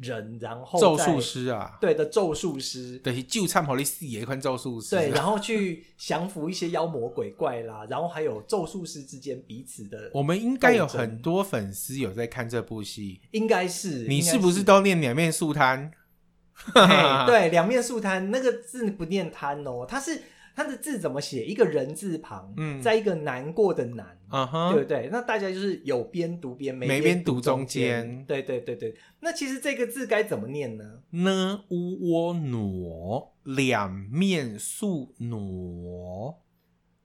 Speaker 3: 人，然后
Speaker 4: 咒
Speaker 3: 在
Speaker 4: 术师啊，
Speaker 3: 对的咒术师，
Speaker 4: 对，就参考力四也款咒术师啊，
Speaker 3: 对，然后去降服一些妖魔鬼怪啦，然后还有咒术师之间彼此的，
Speaker 4: 我们应该有
Speaker 3: 斗争
Speaker 4: 很多粉丝有在看这部戏，
Speaker 3: 应该是
Speaker 4: 你
Speaker 3: 应该
Speaker 4: 是
Speaker 3: 是
Speaker 4: 不是都念两面素摊？
Speaker 3: 嘿对两面素摊那个字不念摊哦，它是它的字怎么写？一个人字旁，
Speaker 4: 嗯
Speaker 3: 在一个难过的难。
Speaker 4: 嗯
Speaker 3: 对不
Speaker 4: 哼，
Speaker 3: 对？那大家就是有边读边，没边
Speaker 4: 没边读中
Speaker 3: 间。
Speaker 4: 间
Speaker 3: 对对对对，那其实这个字该怎么念呢？
Speaker 4: 呢乌窝挪两面素挪，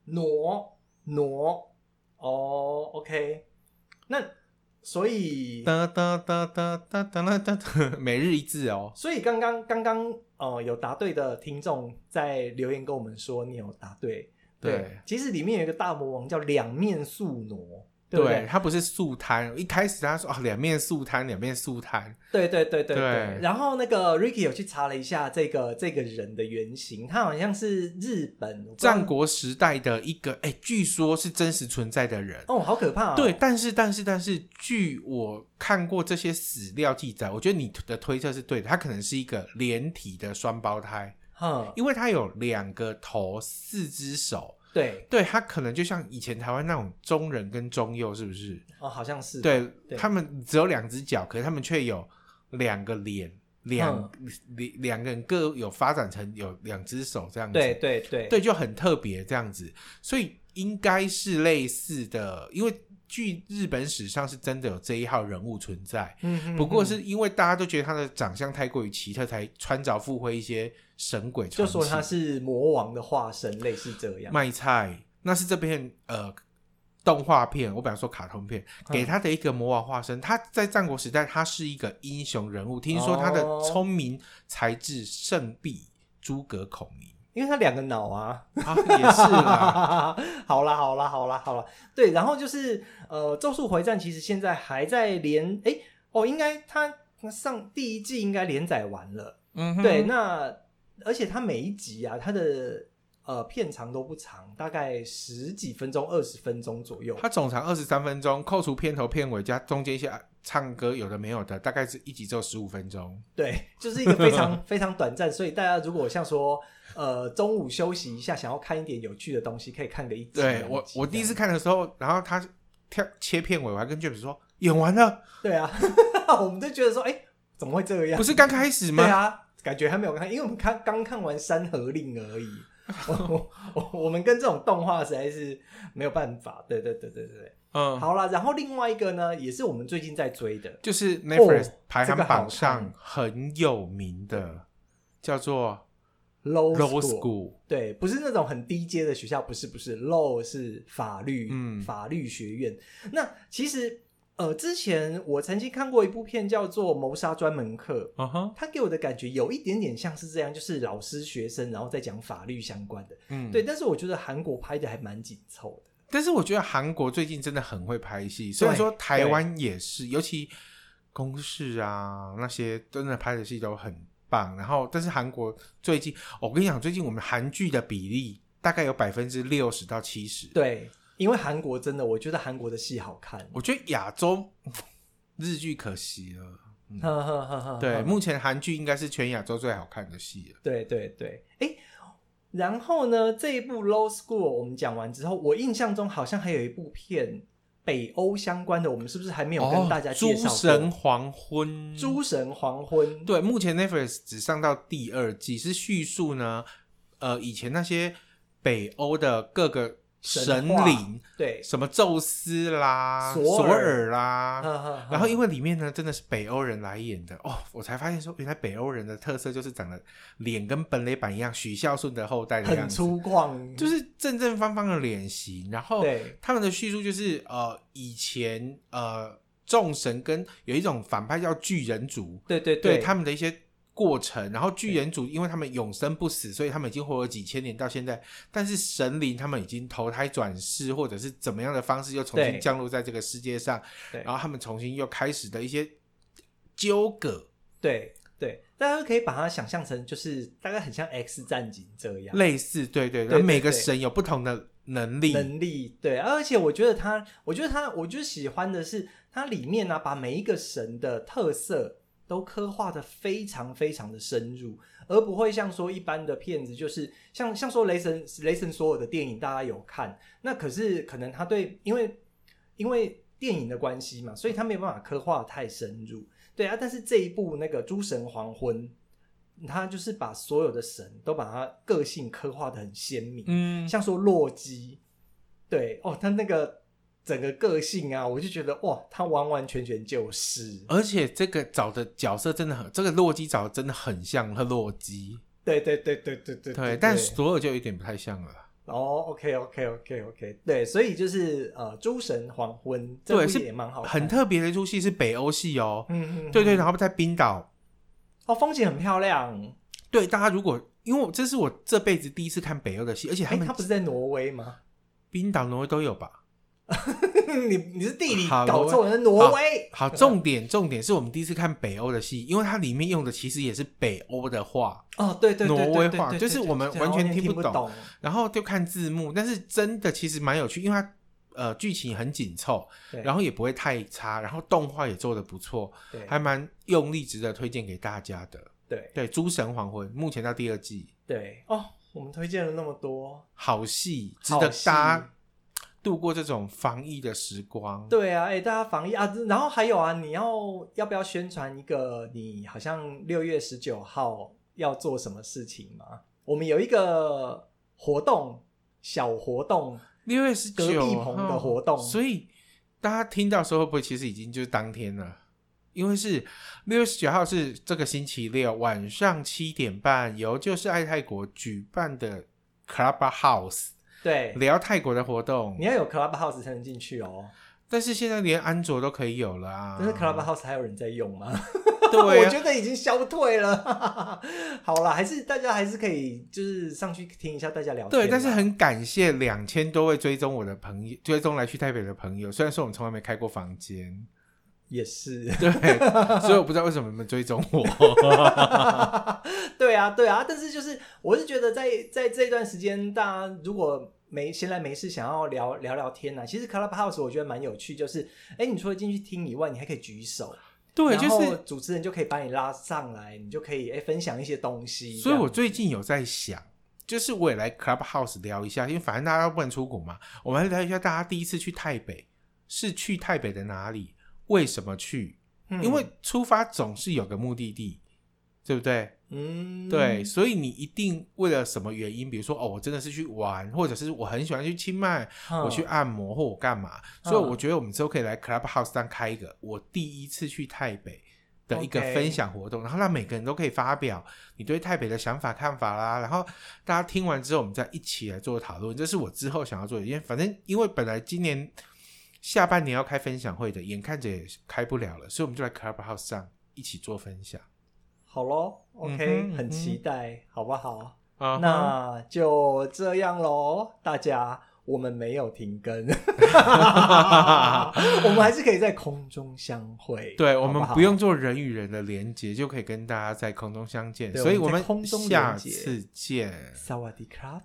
Speaker 3: 挪挪哦，OK。那所以
Speaker 4: 哒哒哒哒哒哒哒哒哒，每日一字哦。
Speaker 3: 所以刚刚刚刚呃有答对的听众在留言跟我们说你有答对，
Speaker 4: 对
Speaker 3: 其实里面有一个大魔王叫两面宿傩，对不
Speaker 4: 对，
Speaker 3: 对？
Speaker 4: 它不是素摊，一开始他说啊，两面素摊，两面素摊，
Speaker 3: 对对对对
Speaker 4: 对
Speaker 3: 然后那个 Ricky 有去查了一下这个这个人的原型，他好像是日本我不知道
Speaker 4: 战国时代的一个，哎，据说是真实存在的人。
Speaker 3: 哦，好可怕、哦！
Speaker 4: 对，但是但是但是，据我看过这些史料记载，我觉得你的推测是对的，他可能是一个连体的双胞胎，
Speaker 3: 哼，
Speaker 4: 因为他有两个头、四只手，
Speaker 3: 对
Speaker 4: 对他可能就像以前台湾那种中人跟中右，是不是？
Speaker 3: 哦，好像是
Speaker 4: 对
Speaker 3: 对
Speaker 4: 他们只有两只脚，可是他们却有两个脸，两两两个人各有发展成有两只手这样子，
Speaker 3: 对对对
Speaker 4: 对，就很特别这样子，所以应该是类似的，因为据日本史上是真的有这一号人物存在，
Speaker 3: 嗯哼
Speaker 4: 不过
Speaker 3: 嗯
Speaker 4: 是因为大家都觉得他的长相太过于奇特，才穿凿附会一些神鬼
Speaker 3: 就
Speaker 4: 传奇，
Speaker 3: 说他是魔王的化身，类似这样。
Speaker 4: 卖菜，那是这片呃动画片，我本来说卡通片，
Speaker 3: 嗯
Speaker 4: 给他的一个魔王化身。他在战国时代，他是一个英雄人物，听说他的
Speaker 3: 哦
Speaker 4: 聪明才智胜比诸葛孔明。
Speaker 3: 因为他两个脑啊，
Speaker 4: 啊，也是 啊啦，
Speaker 3: 好啦好啦好啦好啦，对，然后就是呃，《咒术回战》其实现在还在连，哎哦，应该它上第一季应该连载完了，
Speaker 4: 嗯哼，
Speaker 3: 对，那而且它每一集啊，它的呃片长都不长，大概十几分钟、二十分钟左右，
Speaker 4: 它总长二十三分钟，扣除片头片尾加中间一些啊唱歌有的没有的，大概是一集只有十五分钟。
Speaker 3: 对，就是一个非 常非常短暂，所以大家如果像说呃中午休息一下，想要看一点有趣的东西，可以看个一集。
Speaker 4: 对
Speaker 3: 两
Speaker 4: 我
Speaker 3: 集
Speaker 4: 我
Speaker 3: 这
Speaker 4: 第一
Speaker 3: 样
Speaker 4: 次看的时候，然后他跳切片尾，我还跟 James 说演完了，
Speaker 3: 对啊， 我们就觉得说，哎、怎么会这样？
Speaker 4: 不是刚开始吗？
Speaker 3: 对啊，感觉还没有看，因为我们看刚看完《山河令》而已。 我我我我们跟这种动画实在是没有办法。对对对对对。
Speaker 4: 嗯，
Speaker 3: 好啦，然后另外一个呢，也是我们最近在追的，
Speaker 4: 就是 Netflix
Speaker 3: 哦
Speaker 4: 排行榜
Speaker 3: 这
Speaker 4: 上
Speaker 3: 个
Speaker 4: 很有名的，叫做
Speaker 3: 《Low
Speaker 4: Low School。
Speaker 3: 对，不是那种很低阶的学校，不是不是，law 是法律，
Speaker 4: 嗯
Speaker 3: 法律学院。那其实呃，之前我曾经看过一部片叫做《谋杀专门课》，
Speaker 4: 嗯哼，
Speaker 3: 他给我的感觉有一点点像是这样，就是老师、学生，然后再讲法律相关的。
Speaker 4: 嗯，
Speaker 3: 对，。但是我觉得韩国拍的还蛮紧凑的。
Speaker 4: 但是我觉得韩国最近真的很会拍戏，虽然说台湾也是，尤其公式啊那些真的拍的戏都很棒。然后，但是韩国最近，我跟你讲，最近我们韩剧的比例大概有百分之六十到七十。，
Speaker 3: 对，因为韩国真的，我觉得韩国的戏好看。
Speaker 4: 我觉得亚洲 嗯日剧可惜了。嗯
Speaker 3: 呵呵呵呵，
Speaker 4: 对，
Speaker 3: 呵
Speaker 4: 目前韩剧应该是全亚洲最好看的戏了。
Speaker 3: 对对对，哎，然后呢，这一部《Low School》我们讲完之后，我印象中好像还有一部片北欧相关的，我们是不是还没有跟大家
Speaker 4: 哦诸
Speaker 3: 介绍过？
Speaker 4: 神黄昏，
Speaker 3: 诸神黄昏，
Speaker 4: 对，目前 Netflix 只上到第二季，是叙述呢，呃，以前那些北欧的各个神
Speaker 3: 话
Speaker 4: 灵，
Speaker 3: 对，
Speaker 4: 什么宙斯啦、
Speaker 3: 索
Speaker 4: 索
Speaker 3: 尔嗯
Speaker 4: 尔啦，
Speaker 3: 呵呵呵
Speaker 4: 啊然后因为里面呢真的是北欧人来演的哦，我才发现说原来北欧人的特色就是长得脸跟本垒板一样，许孝顺的后代的样
Speaker 3: 很
Speaker 4: 子，
Speaker 3: 粗犷，
Speaker 4: 就是正正方方的脸型，然后
Speaker 3: 对
Speaker 4: 他们的叙述就是呃以前呃众神跟有一种反派叫巨人族，
Speaker 3: 对对
Speaker 4: 对他们的一些过程。然后巨人族，因为他们永生不死，所以他们已经活了几千年到现在。但是神灵他们已经投胎转世，或者是怎么样的方式，又重
Speaker 3: 对
Speaker 4: 新降落在这个世界上。
Speaker 3: 对
Speaker 4: 然后他们重新又开始的一些纠葛，
Speaker 3: 对对，大家可以把它想象成就是大概很像 X 战警这样
Speaker 4: 类似对对，
Speaker 3: 对
Speaker 4: 然后每
Speaker 3: 对
Speaker 4: 个
Speaker 3: 对
Speaker 4: 神有不同的能力。
Speaker 3: 能力，对，而且我觉得它，我觉得它，我就喜欢的是它里面呢、啊把每一个神的特色都刻画的非常非常的深入，而不会像说一般的片子，就是像像说雷神雷神所有的电影大家有看，那可是可能他对因为因为电影的关系嘛，所以他没有办法刻画得太深入，对啊，但是这一部那个《诸神黄昏》，他就是把所有的神都把他个性刻画的很鲜明，
Speaker 4: 嗯，
Speaker 3: 像说洛基，对哦，他那个整个个性啊，我就觉得哇，他完完全全就是，
Speaker 4: 而且这个找的角色真的很，这个洛基找的真的很像洛基，
Speaker 3: 对对对对对对
Speaker 4: 对，但索尔就有点不太像了。
Speaker 3: 哦，OK OK OK OK，对，所以就是呃，《诸神黄昏》这
Speaker 4: 对，
Speaker 3: 部
Speaker 4: 是
Speaker 3: 也蛮好看，
Speaker 4: 很，特别的一出戏是北欧戏哦。
Speaker 3: 嗯嗯，
Speaker 4: 对
Speaker 3: 嗯
Speaker 4: 对，然后在冰岛，
Speaker 3: 哦，风景很漂亮，
Speaker 4: 对大家如果因为我这是我这辈子第一次看北欧的戏，而且他
Speaker 3: 哎，
Speaker 4: 们
Speaker 3: 他不是在挪威吗？
Speaker 4: 冰岛、挪威都有吧？
Speaker 3: 你你是地理
Speaker 4: 好
Speaker 3: 搞错了，是
Speaker 4: 好
Speaker 3: 挪威，
Speaker 4: 好，重点重点是我们第一次看北欧的戏，因为它里面用的其实也是北欧的话，
Speaker 3: 哦，对对，对对
Speaker 4: 挪威
Speaker 3: 对
Speaker 4: 话
Speaker 3: 对
Speaker 4: 就是
Speaker 3: 对
Speaker 4: 我们
Speaker 3: 对
Speaker 4: 完全
Speaker 3: 对
Speaker 4: 听
Speaker 3: 听
Speaker 4: 不
Speaker 3: 不
Speaker 4: 懂，然后就看字幕，但是真的其实蛮有趣，因为它呃剧情很紧凑，
Speaker 3: 对
Speaker 4: 然后也不会太差，然后动画也做的不错，
Speaker 3: 对
Speaker 4: 还蛮用力，值得推荐给大家的。
Speaker 3: 对
Speaker 4: 对，《诸神黄昏》目前到第二季，
Speaker 3: 对哦，我们推荐了那么多，
Speaker 4: 好戏，值
Speaker 3: 好
Speaker 4: 得
Speaker 3: 戏
Speaker 4: 大家度过这种防疫的时光。
Speaker 3: 对啊，哎、大家防疫啊，然后还有啊，你要要不要宣传一个你好像六月十九号要做什么事情吗？我们有一个活动，小活动，
Speaker 4: 六月十
Speaker 3: 隔
Speaker 4: 九
Speaker 3: 壁棚的活动
Speaker 4: 所以大家听到的时候会不会其实已经就是当天了？因为是六月十九号是这个星期六晚上七点半，由就是爱泰国举办的 Clubhouse
Speaker 3: 对，
Speaker 4: 聊泰国的活动
Speaker 3: 你。要有 Clubhouse 才能进去哦。
Speaker 4: 但是现在连安卓都可以有了啊！
Speaker 3: 但是 Clubhouse 还有人在用吗？
Speaker 4: 对
Speaker 3: 我
Speaker 4: 啊
Speaker 3: 觉得已经消退了。 好啦，还是大家还是可以就是上去听一下大家聊天啦。
Speaker 4: 对，但是很感谢两千多位追踪我的朋友，追踪来去台北的朋友。虽然说我们从来没开过房间，
Speaker 3: 也是。
Speaker 4: 对，所以我不知道为什么你们追踪我。
Speaker 3: 对啊，对啊，但是就是我是觉得在在这段时间，大家如果没闲来没事想要聊聊聊天呢、其实 Clubhouse 我觉得蛮有趣，就是哎，你除了进去听以外，你还可以举手，
Speaker 4: 对，
Speaker 3: 然
Speaker 4: 就
Speaker 3: 后
Speaker 4: 是，
Speaker 3: 主持人就可以把你拉上来，你就可以哎分享一些东西。
Speaker 4: 所以我
Speaker 3: 这样
Speaker 4: 最近有在想，就是我也来 Clubhouse 聊一下，因为反正大家都不能出国嘛，我们来聊一下大家第一次去台北是去台北的哪里，为什么去？
Speaker 3: 嗯
Speaker 4: 因为出发总是有个目的地，对不对？
Speaker 3: 嗯
Speaker 4: 对，所以你一定为了什么原因，比如说哦，我真的是去玩，或者是我很喜欢去清迈，我去
Speaker 3: 嗯
Speaker 4: 按摩或我干嘛，所以我觉得我们之后可以来 Clubhouse 当开一个我第一次去台北的一个
Speaker 3: OK
Speaker 4: 分享活动然后让每个人都可以发表你对台北的想法看法啦，然后大家听完之后，我们再一起来做讨论，这是我之后想要做的，因为反正因为本来今年下半年要开分享会的，眼看着也开不了了，所以我们就来 Clubhouse 上一起做分享
Speaker 3: 好咯 o
Speaker 4: 嗯
Speaker 3: k
Speaker 4: 哼
Speaker 3: 很期待，好不好？
Speaker 4: 啊哈
Speaker 3: 那就这样喽，大家，我们没有停 更，我们还是可以在空中相会。
Speaker 4: 对，
Speaker 3: 好
Speaker 4: 我们
Speaker 3: 好
Speaker 4: 不用做人与人的连接，就可以跟大家在空中相见，
Speaker 3: 对
Speaker 4: 所以
Speaker 3: 我们在
Speaker 4: 们
Speaker 3: 空中连
Speaker 4: 下
Speaker 3: 结
Speaker 4: 次见。
Speaker 3: 萨瓦迪卡。